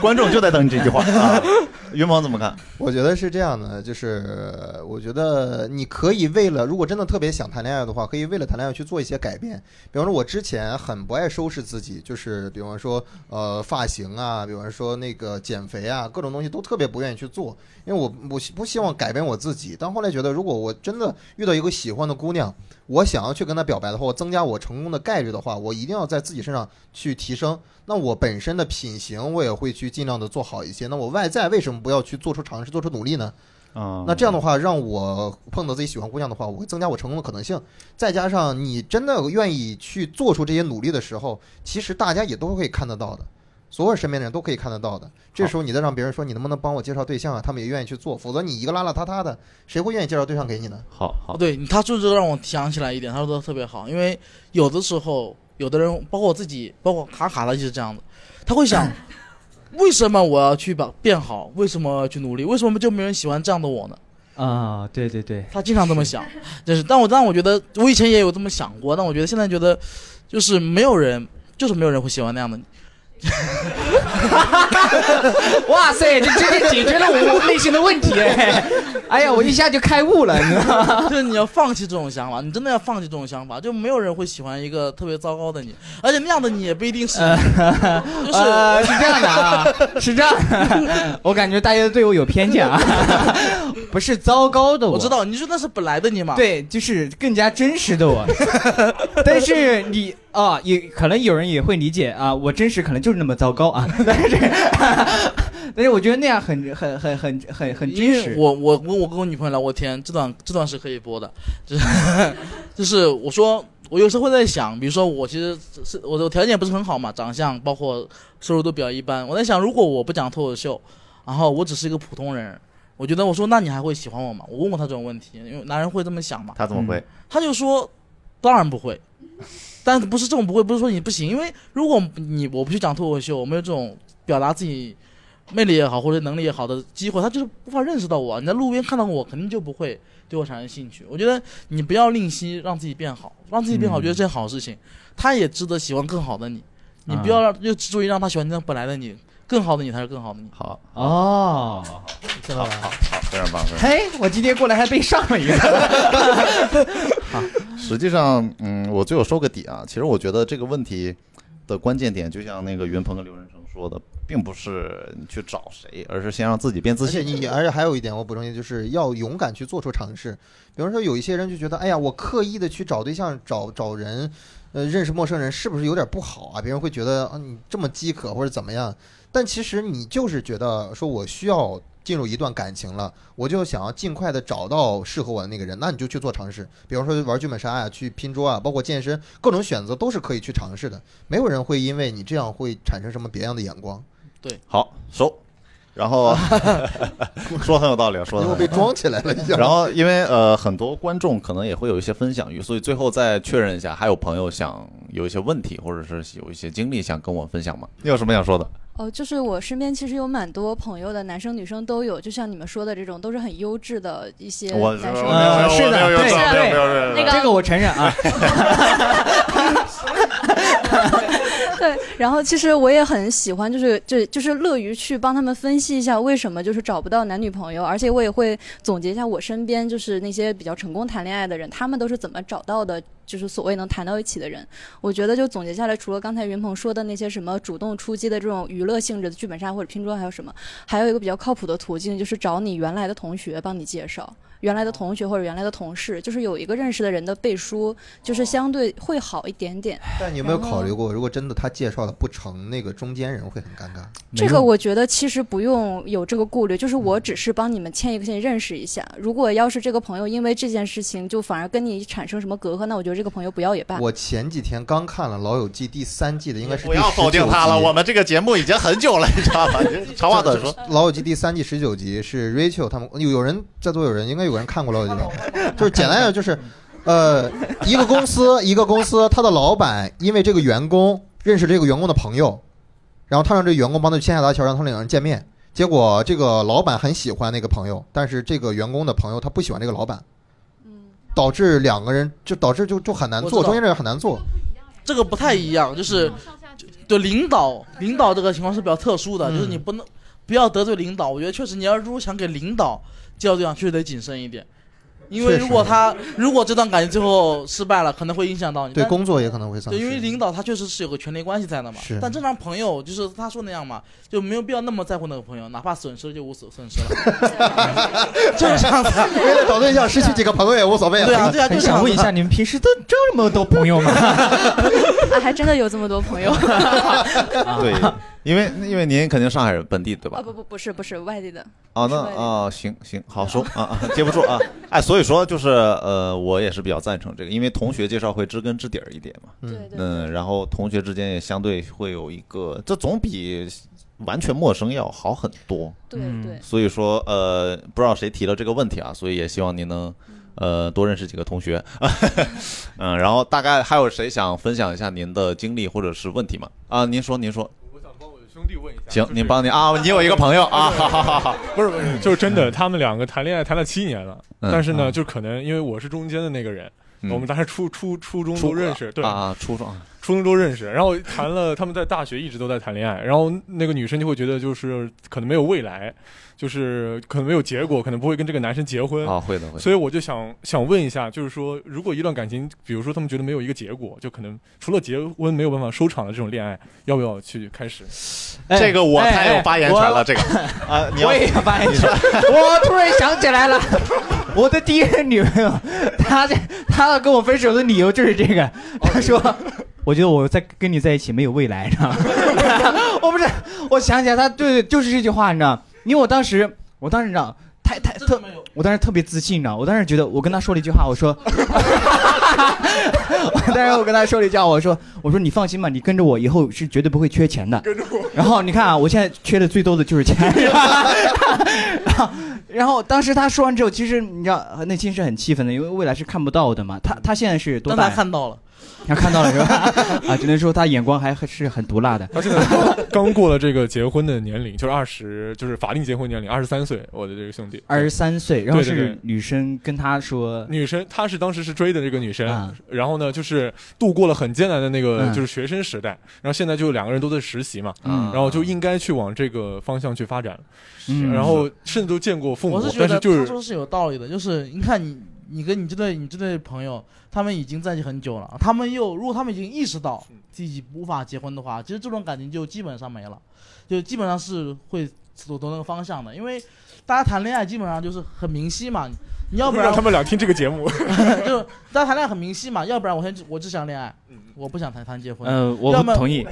观众就在等你这句话。啊、云鹏怎么看？我觉得是这样的，就是呃我觉得你可以为了，如果真的特别想谈恋爱的话，可以为了谈恋爱去做一些改变。比方说，我之前很不爱收拾自己，就是比方说呃发型啊，比方说那个减肥啊，各种东西都特别不愿意去做，因为我我希不希望改变我自己。但后来觉得，如果我真的遇到一个喜欢的姑娘，我想要去跟她表白的话，我增加我成功的概率的话，我一定要在自己身上去提升。那我本身的品行，我也会去尽量的做好一些。那我外在为什么不要去做出尝试、做出努力呢？啊那这样的话，让我碰到自己喜欢姑娘的话，我会增加我成功的可能性。再加上你真的愿意去做出这些努力的时候，其实大家也都会看得到的。所有身边的人都可以看得到的。这时候你再让别人说你能不能帮我介绍对象啊，他们也愿意去做，否则你一个邋邋遢遢的，谁会愿意介绍对象给你呢？好好哦，对他就是让我想起来一点，他说的特别好，因为有的时候，有的人包括我自己，包括卡卡他就是这样的，他会想，为什么我要去把变好？为什么我要去努力？为什么就没人喜欢这样的我呢？哦啊，对对对，他经常这么想，就是，但我但我觉得我以前也有这么想过，但我觉得现在觉得，就是没有人，就是没有人会喜欢那样的你。 哇塞，这这这解决了我内心的问 题哎，哎呀，我一下就开悟了，你知道吗？ 就是你要放弃这种想法，你真的要放弃这种想法，就没有人会喜欢一个特别糟糕的你，而且那样的你也不一定是你，就是、呃，是这样的啊，是这样的， 我感觉大家对我有偏见 啊，不是糟糕的我，我知道，你说那是本来的你嘛？，对，就是更加真实的我。 但是你啊，也可能有人也会理解啊，我真实可能就是那么糟 糕啊。但是，但是我觉得那样很很很很很很因真为实。我我我我跟我女朋友聊过天，这段这段是可以播的，就是就是我说我有时候会在想，比如说我其实是我的条件也不是很好嘛，长相包括收入都比较一般，我在想如果我不讲脱口秀，然后我只是一个普通人。我觉得我说那你还会喜欢我吗？我问过他这种问题，因为男人会这么想嘛。他怎么会？他就说，当然不会。但不是这种不会，不是说你不行，因为如果你我不去讲脱口秀，我没有这种表达自己魅力也好或者能力也好的机会，他就是无法认识到我。你在路边看到我，肯定就不会对我产生兴趣。我觉得你不要吝惜，让自己变好，让自己变嗯好，我觉得这是好事情。他也值得喜欢更好的你，你不要让就注意让他喜欢那本来的你，更好的你才是更好的你。好，哦，听到吧？好，非常棒，非常棒。嘿，我今天过来还被上了一个。实际上，嗯，我最后收个底啊。其实我觉得这个问题的关键点，就像那个云鹏跟刘仁成说的，并不是你去找谁，而是先让自己变自而且信。你，而且还有一点，我补充一下，就是要勇敢去做出尝试。比方说，有一些人就觉得，哎呀，我刻意的去找对象、找找人，呃，认识陌生人，是不是有点不好啊？别人会觉得啊，你这么饥渴或者怎么样？但其实你就是觉得，说我需要进入一段感情了，我就想要尽快的找到适合我的那个人，那你就去做尝试。比方说玩剧本杀呀、去拼桌啊，包括健身，各种选择都是可以去尝试的。没有人会因为你这样会产生什么别样的眼光，好收，然后 说得很有道理啊，说因的为我被装起来了一下。然后，因为呃，很多观众可能也会有一些分享欲，所以最后再确认一下，还有朋友想有一些问题，或者是有一些经历想跟我分享吗？你有什么想说的？哦，就是我身边其实有蛮多朋友的，男生女生都有，就像你们说的这种，都是很优质的一些 我男生。呃没有 是的没有对没有没有是的没有没有没有那个这个我承认啊， 对，然后其实我也很喜欢，就是就就是乐于去帮他们分析一下为什么就是找不到男女朋友，而且我也会总结一下我身边就是那些比较成功谈恋爱的人，他们都是怎么找到的，就是所谓能谈到一起的人。我觉得就总结下来，除了刚才云鹏说的那些什么主动出击的这种娱乐性质的剧本杀或者拼桌，还有什么？还有一个比较靠谱的途径就是找你原来的同学帮你介绍。原来的同学或者原来的同事，就是有一个认识的人的背书，就是相对会好一点点。但你有没有然后考虑过，如果真的他介绍的不成，那个中间人会很尴尬。这个我觉得其实不用有这个顾虑，就是我只是帮你们牵一个线认识一下。如果要是这个朋友因为这件事情就反而跟你产生什么隔阂，那我觉得这个朋友不要也罢。 我前几天刚看了《老友记》第三季的，应该是不要否定他了，我们这个节目已经很久了，你知道 吧？你长话短说， 《老友记》第三季十九集是 Rachel 他们有有人在座有人应该有人看过《老友记》吧？ 就是简单的就是，呃，一个公司一个公司，他的老板因为这个员工认识这个员工的朋友，然后他让这个员工帮他牵线搭桥，让他们两人见面。结果这个老板很喜欢那个朋友，但是这个员工的朋友他不喜欢这个老板，嗯导致两个人就导致就就很难我做，知道中间这个很难做。这个不太一样，就是对领导，领导这个情况是比较特殊嗯的，就是你不能不要得罪领导。我觉得确实，你要如果想给领导介绍对象，确实得谨慎一点，因为确实如果他如果这段感情最后失败了，可能会影响到你。对但工作也可能会丧对，失。因为领导他确实是有个权力关系在的嘛是。但正常朋友就是他说那样嘛，就没有必要那么在乎那个朋友，哪怕损失就无所损失了， 就是这样子。为了找对象失去几个朋友也无所谓对啊，了。对啊，就很是这样想子问一下，你们平时都这么多朋友吗？啊，还真的有这么多朋友，啊对，因为因为您肯定上海人本地对吧？ 啊不不不是不是外地的，啊，是那外地啊、行行，好说啊啊，接不住啊，哎，所以说就是呃，我也是比较赞成这个，因为同学介绍会知根知底儿一点嘛，嗯对对嗯，然后同学之间也相对会有一个，这总比完全陌生要好很多，对嗯对，所以说呃，不知道谁提了这个问题啊，所以也希望您能呃多认识几个同学，嗯，然后大概还有谁想分享一下您的经历或者是问题吗？啊，您说您说，我想帮我的兄弟问一下，行，就是您帮您啊，你有一个朋友啊，好好好好，不是不是，就是真的，他们两个谈恋爱谈了七年了，嗯但是呢，就可能因为我是中间的那个人，嗯我们当时初初初中都认识，对，啊，初中。初中都认识，然后谈了， 他们在大学一直都在谈恋爱，然后那个女生就会觉得就是可能没有未来，就是可能没有结果，可能不会跟这个男生结婚，啊，会的会的。所以我就想想问一下，就是说，如果一段感情，比如说他们觉得没有一个结果，就可能除了结婚没有办法收场的这种恋爱，要不要去开始？哎这个我太有发言权。哎哎了，这个啊，你我我要也有发言你权。 我突然想起来了，我的第一任女朋友，她这她跟我分手的理由就是这个，她说。我觉得我在跟你在一起没有未来，你知道吗？ 我不是，我想起来，她对，就是这句话，你知道吗？因为我当时，我当时你知道，太太特没有。我当时特别自信，你知道，我当时觉得我跟他说了一句话，我说， 我当时我跟他说了一句话，我说，我说你放心吧，你跟着我以后是绝对不会缺钱的。跟着我。然后你看啊，我现在缺的最多的就是钱。然后，然后当时他说完之后，其实你知道呃内心是很气愤的，因为未来是看不到的嘛。他他现在是多但大他呀？看到了，他看到了是吧？啊，只能说他眼光还还是 很毒辣的。他现在刚刚过了这个结婚的年龄，就是二十，就是法定结婚年龄，二十三岁。我的这个兄弟，二十三岁，然后对对是对女生跟他说，女生，她是当时是追的这个女生，啊然后呢，就是度过了很艰难的那个嗯就是学生时代，然后现在就两个人都在实习嘛，嗯然后就应该去往这个方向去发展，嗯然后甚至都见过父母我是，觉但是得就他是说是有道理的，就是你看你你跟你这对你这对朋友，他们已经在一起很久了，他们又如果他们已经意识到自己无法结婚的话，其实这种感情就基本上没了，就基本上是会走走那个方向的，因为大家谈恋爱基本上就是很明晰嘛，你要不然让他们俩听这个节 目，就大家谈恋爱很明晰嘛，要不然我先我只想恋爱，我不想谈谈结婚，呃，我要不么同意。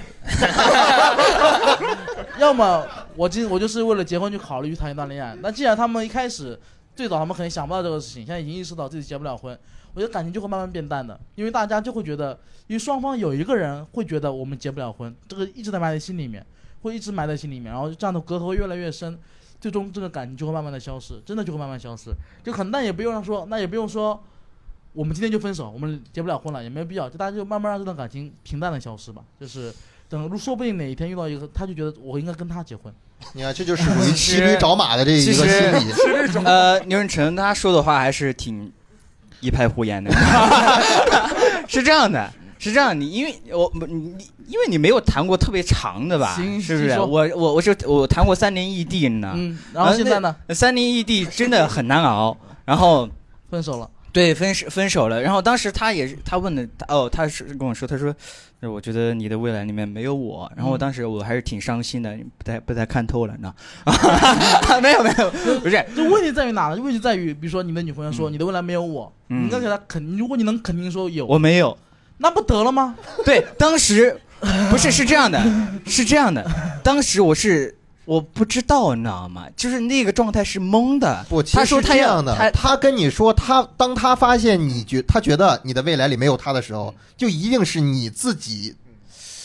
要么我今我就是为了结婚去考虑去谈一段恋爱。那既然他们一开始最早他们可能想不到这个事情，现在已经意识到自己结不了婚，我觉得感情就会慢慢变淡的，因为大家就会觉得，因为双方有一个人会觉得我们结不了婚，这个一直在埋在心里面，会一直埋在心里面，然后这样的隔阂会越来越深，最终这个感情就会慢慢的消失，真的就会慢慢消失。就可能那也不用说，那也不用说。我们今天就分手，我们结不了婚了，也没必要，就大家就慢慢让这段感情平淡的消失吧。就是等，说不定哪一天遇到一个，他就觉得我应该跟他结婚。 你看，这就是属于骑驴找马的这一其个实心理。呃，牛润成他说的话还是挺一派 胡言的，是这样的，是这样，你因为我你因为你没有谈过特别长的吧，行是不你是？说我我我就我谈过三年异地呢，呃嗯，然后现在呢，三年异地真的很难熬，然后。 分手了，对，分手分手了。然后当时他也是，他问的，他哦，他是跟我说，他说，呃我觉得你的未来里面没有我。然后我当时我还是挺伤心的，不太不太看透了，你知啊道？ 没有没有，不是，这问题在于哪呢？问题在于，比如说你的女朋友说、嗯你的未来没有我，嗯你应该给她肯，如果你能肯定说有，我没有。那不得了吗？对，当时不是是这样的，是这样的，当时我是我不知道，你知道吗？就是那个状态是懵的。不，其他实说是他这要样的，他他跟你说他，当他发现你觉他觉得你的未来里没有他的时嗯候，就一定是你自己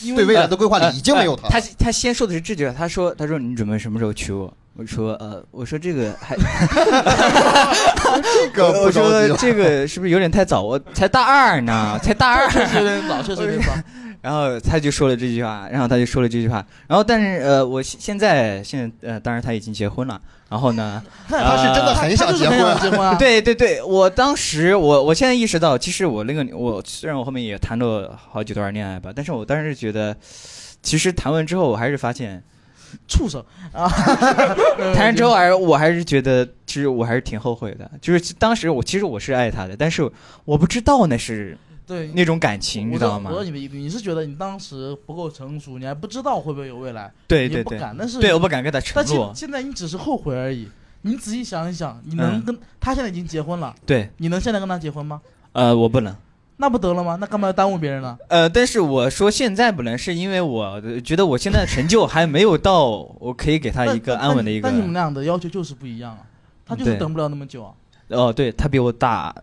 因对为未来的规划里已经没有他他他。。呃他先说的是这句话，他说他说你准备什么时候娶我？我说呃，我说这个 还这我个不我着急说了，这个是不是有点太早？我才大二呢，才大二。 确实有点早，确实有点 早。然后他就说了这句话，然后他就说了这句话，然后但是呃，我现现在现在呃，当然他已经结婚了。然后呢，。他是真的他很他想就是结很婚想。结婚啊 对对对，我当时我我现在意识到，其实我那个我虽然我后面也谈了好几段恋爱吧，但是我当时觉得，其实谈完之后，我还是发现，畜生啊！呃谈完之后还是我还是觉得，其实我还是挺后悔的，就是当时我其实我是爱他的，但是我不知道那是对，那种感情， 你我知道吗我？知道你的意思，你是觉得你当时不够成熟，你还不知道会不会有未来，对你也对不对，敢，但是对，我不敢跟他承但现诺。现在你只是后悔而已。你仔细想一想，你能嗯跟、他现在已经结婚了，对，你能现在跟他结婚吗？呃，我不能，那不得了吗？那干嘛要耽误别人呢？呃，但是我说现在不能，是因为我呃觉得我现在的成就还没有到，我可以给他一个安稳的一个嗯但。你们俩的要求就是不一样啊，他就是对等不了那么久啊，哦，对他比我大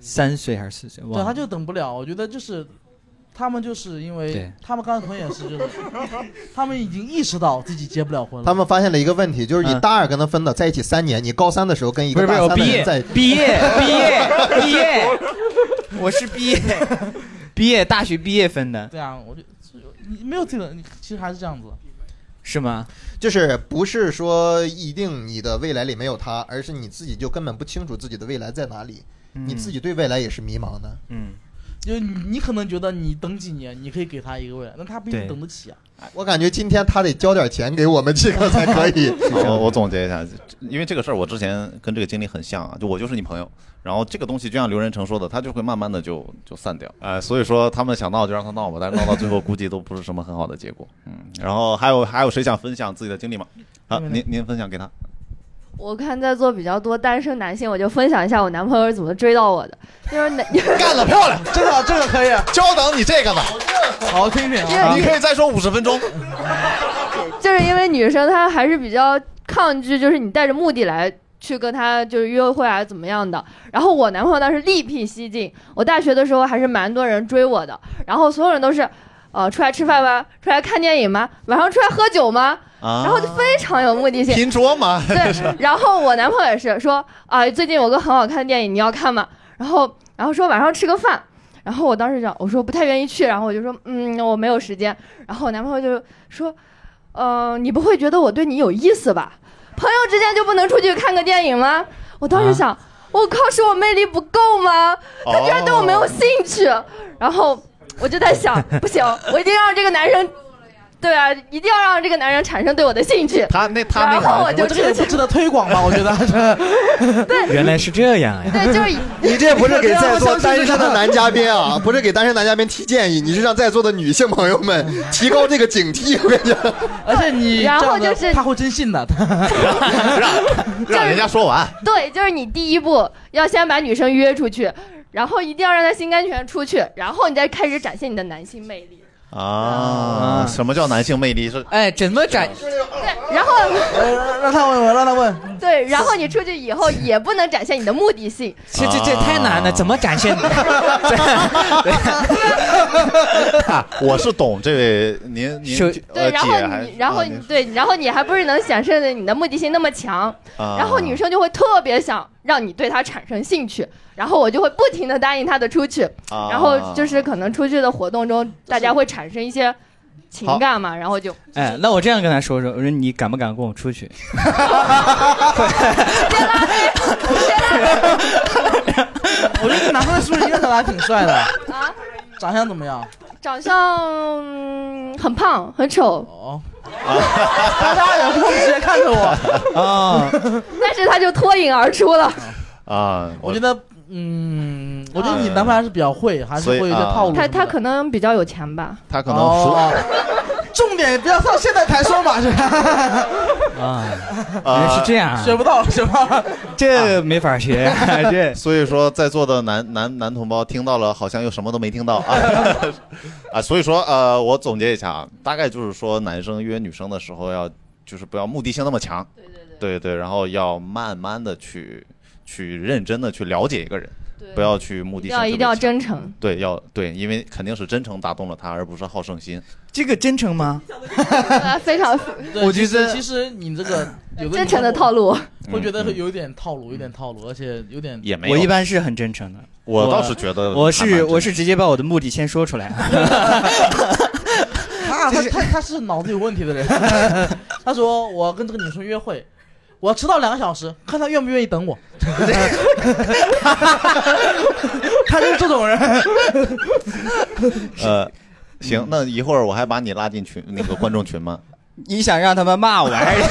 三岁还是四岁？对，忘他了。就等不了。我觉得就是，他们就是因为对他们刚才可能也是，就是他们已经意识到自己结不了婚了。他们发现了一个问题，就是你大二跟他分的，在一起三年，你高三的时候跟一嗯不个是不大是，我三的毕人业在，毕业毕 业毕业， 我是毕业毕业大学毕业分的，对啊，我就你没有这个，你其实还是这样子。是吗？就是不是说一定你的未来里没有他，而是你自己就根本不清楚自己的未来在哪里，你自己对未来也是迷茫的。嗯，就你你可能觉得你等几年，你可以给他一个未来，那他不一定对等得起啊。我感觉今天他得交点钱给我们这个才可以。 我我总结一下，因为这个事儿我之前跟这个经历很像啊，就我就是你朋友，然后这个东西就像刘仁成说的，他就会慢慢的就就散掉，哎、所以说他们想闹就让他闹吧，但是闹到 最后估计都不是什么很好的结果，嗯，然后还有还有谁想分享自己的经历吗？啊，您您分享给他，我看在座比较多单身男性，我就分享一下我男朋友是怎么追到我的。就是男， 干了漂亮，这个这个可以，啊稍等你这个吧，好听听因为啊。你可以再说五十分钟，就是因为女生她还是比较抗拒，就是你带着目的来去跟她就是约会啊怎么样的。然后我男朋友当时另辟蹊径，我大学的时候还是蛮多人追我的，然后所有人都是，呃，出来吃饭吗？出来看电影吗？晚上出来喝酒吗？啊然后就非常有目的性，拼桌 嘛，对，然后我男朋友也是说啊、最近有个很好看的电影，你要看吗？然后然后说晚上吃个饭，然后我当时讲我说不太愿意去，然后我就说嗯我没有时间，然后我男朋友就说，呃你不会觉得我对你有意思吧？朋友之间就不能出去看个电影吗？我当时啊想，我靠，是我魅力不够吗？他居然对我没有兴趣，然后我就在 想，不行，我一定让这个男生。对啊，一定要让这个男人产生对我的兴趣。他那他那然后我个就我这个人不值得推广吧？我觉 得这原来是这样呀。啊对，就是 你这不是给在座单身这的个男嘉宾 啊，不是给单身男嘉宾提建议，你是让在座的女性朋友们 提高这个警惕。我跟你讲，而且你然后这样的就是他会真信的，让 人家说完， 对，就是你第一步要先把女生约出去，然后一定要让她心甘情愿出去，然后你再开始展现你的男性魅力。啊，什么叫男性魅力？啊是哎，怎么展？然后 呃让他问问，让他问。对，然后你出去以后也不能展现你的目的性，这这这太难了，怎么展现？ 啊我是懂这位您您首对，呃然后姐还你，然后啊你您对，然后你还不是能显示的你的目的性那么强，啊然后女生就会特别想让你对她产生兴趣，然后我就会不停的答应她的出去，啊然后就是可能出去的活动中，大家会产生一些情好感嘛，然后就哎，那我这样跟他说说，我说你敢不敢跟我出去？我觉得男朋友是不是一个长得还挺帅的？啊。长相怎么样？长相、嗯很胖很丑，哦，大家也不用直接看着我。啊， 但是他就脱颖而出了。啊，我觉得，嗯，我觉得你男朋友还是比较会，还是所以会有一些啊套路什他么的。他可能比较有钱吧。他可能说哦，重点不要到现在才说嘛，是吧？啊原来啊是这样啊，哦学不到了，学不 到了。 这没法学， 这啊所以说，在座的男男男同胞听到了，好像又什么都没听到啊 啊！所以说，呃，我总结一下啊，大概就是说，男生约女生的时候要就是不要目的性那么强，对对对，然后要慢慢的去去认真的去了解一个人，不要去 目的一定性要特别一定要强真诚， 对，要对，因为肯定是真诚打动了他，而不是好 胜心。这个真诚吗？呃非常对我觉其实得其实你 这个有的真诚的女生套路。 会觉得嗯嗯有点套路，有点套路，而且有点也没有，我一般是很真诚的，我我倒是觉得我还蛮是真我是直接把我的目的先说出来。啊啊他他他他是脑子有问题的人。他说我跟这个女生约会，我迟到两个小时，看她愿不愿意等我。 他就是这种人。呃，行，那一会儿我还把你拉进群那个观众群吗？ 你想让他们骂我还是？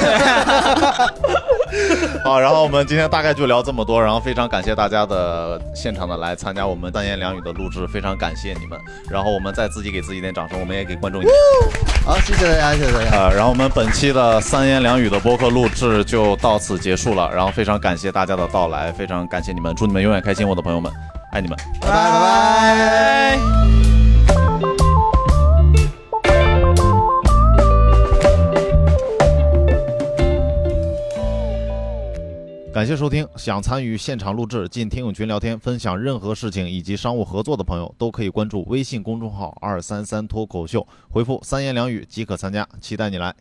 好，然后我们今天大概就聊这么多，然后非常感谢大家的现场的来参加我们三言两语的录制，非常感谢你们。然后我们再自己给自己一点掌声，我们也给观众一点。 好，谢谢大家，谢谢大家。呃，然后我们本期的三言两语的播客录制就到此结束了，然后非常感谢大家的到来，非常感谢你们，祝你们永远开心，我的朋友们，爱你们。拜拜拜拜。感谢收听。想参与现场录制、进听友群聊天、分享任何事情以及商务合作的朋友，都可以关注微信公众号“二三三脱口秀”，回复“三言两语”即可参加。期待你来。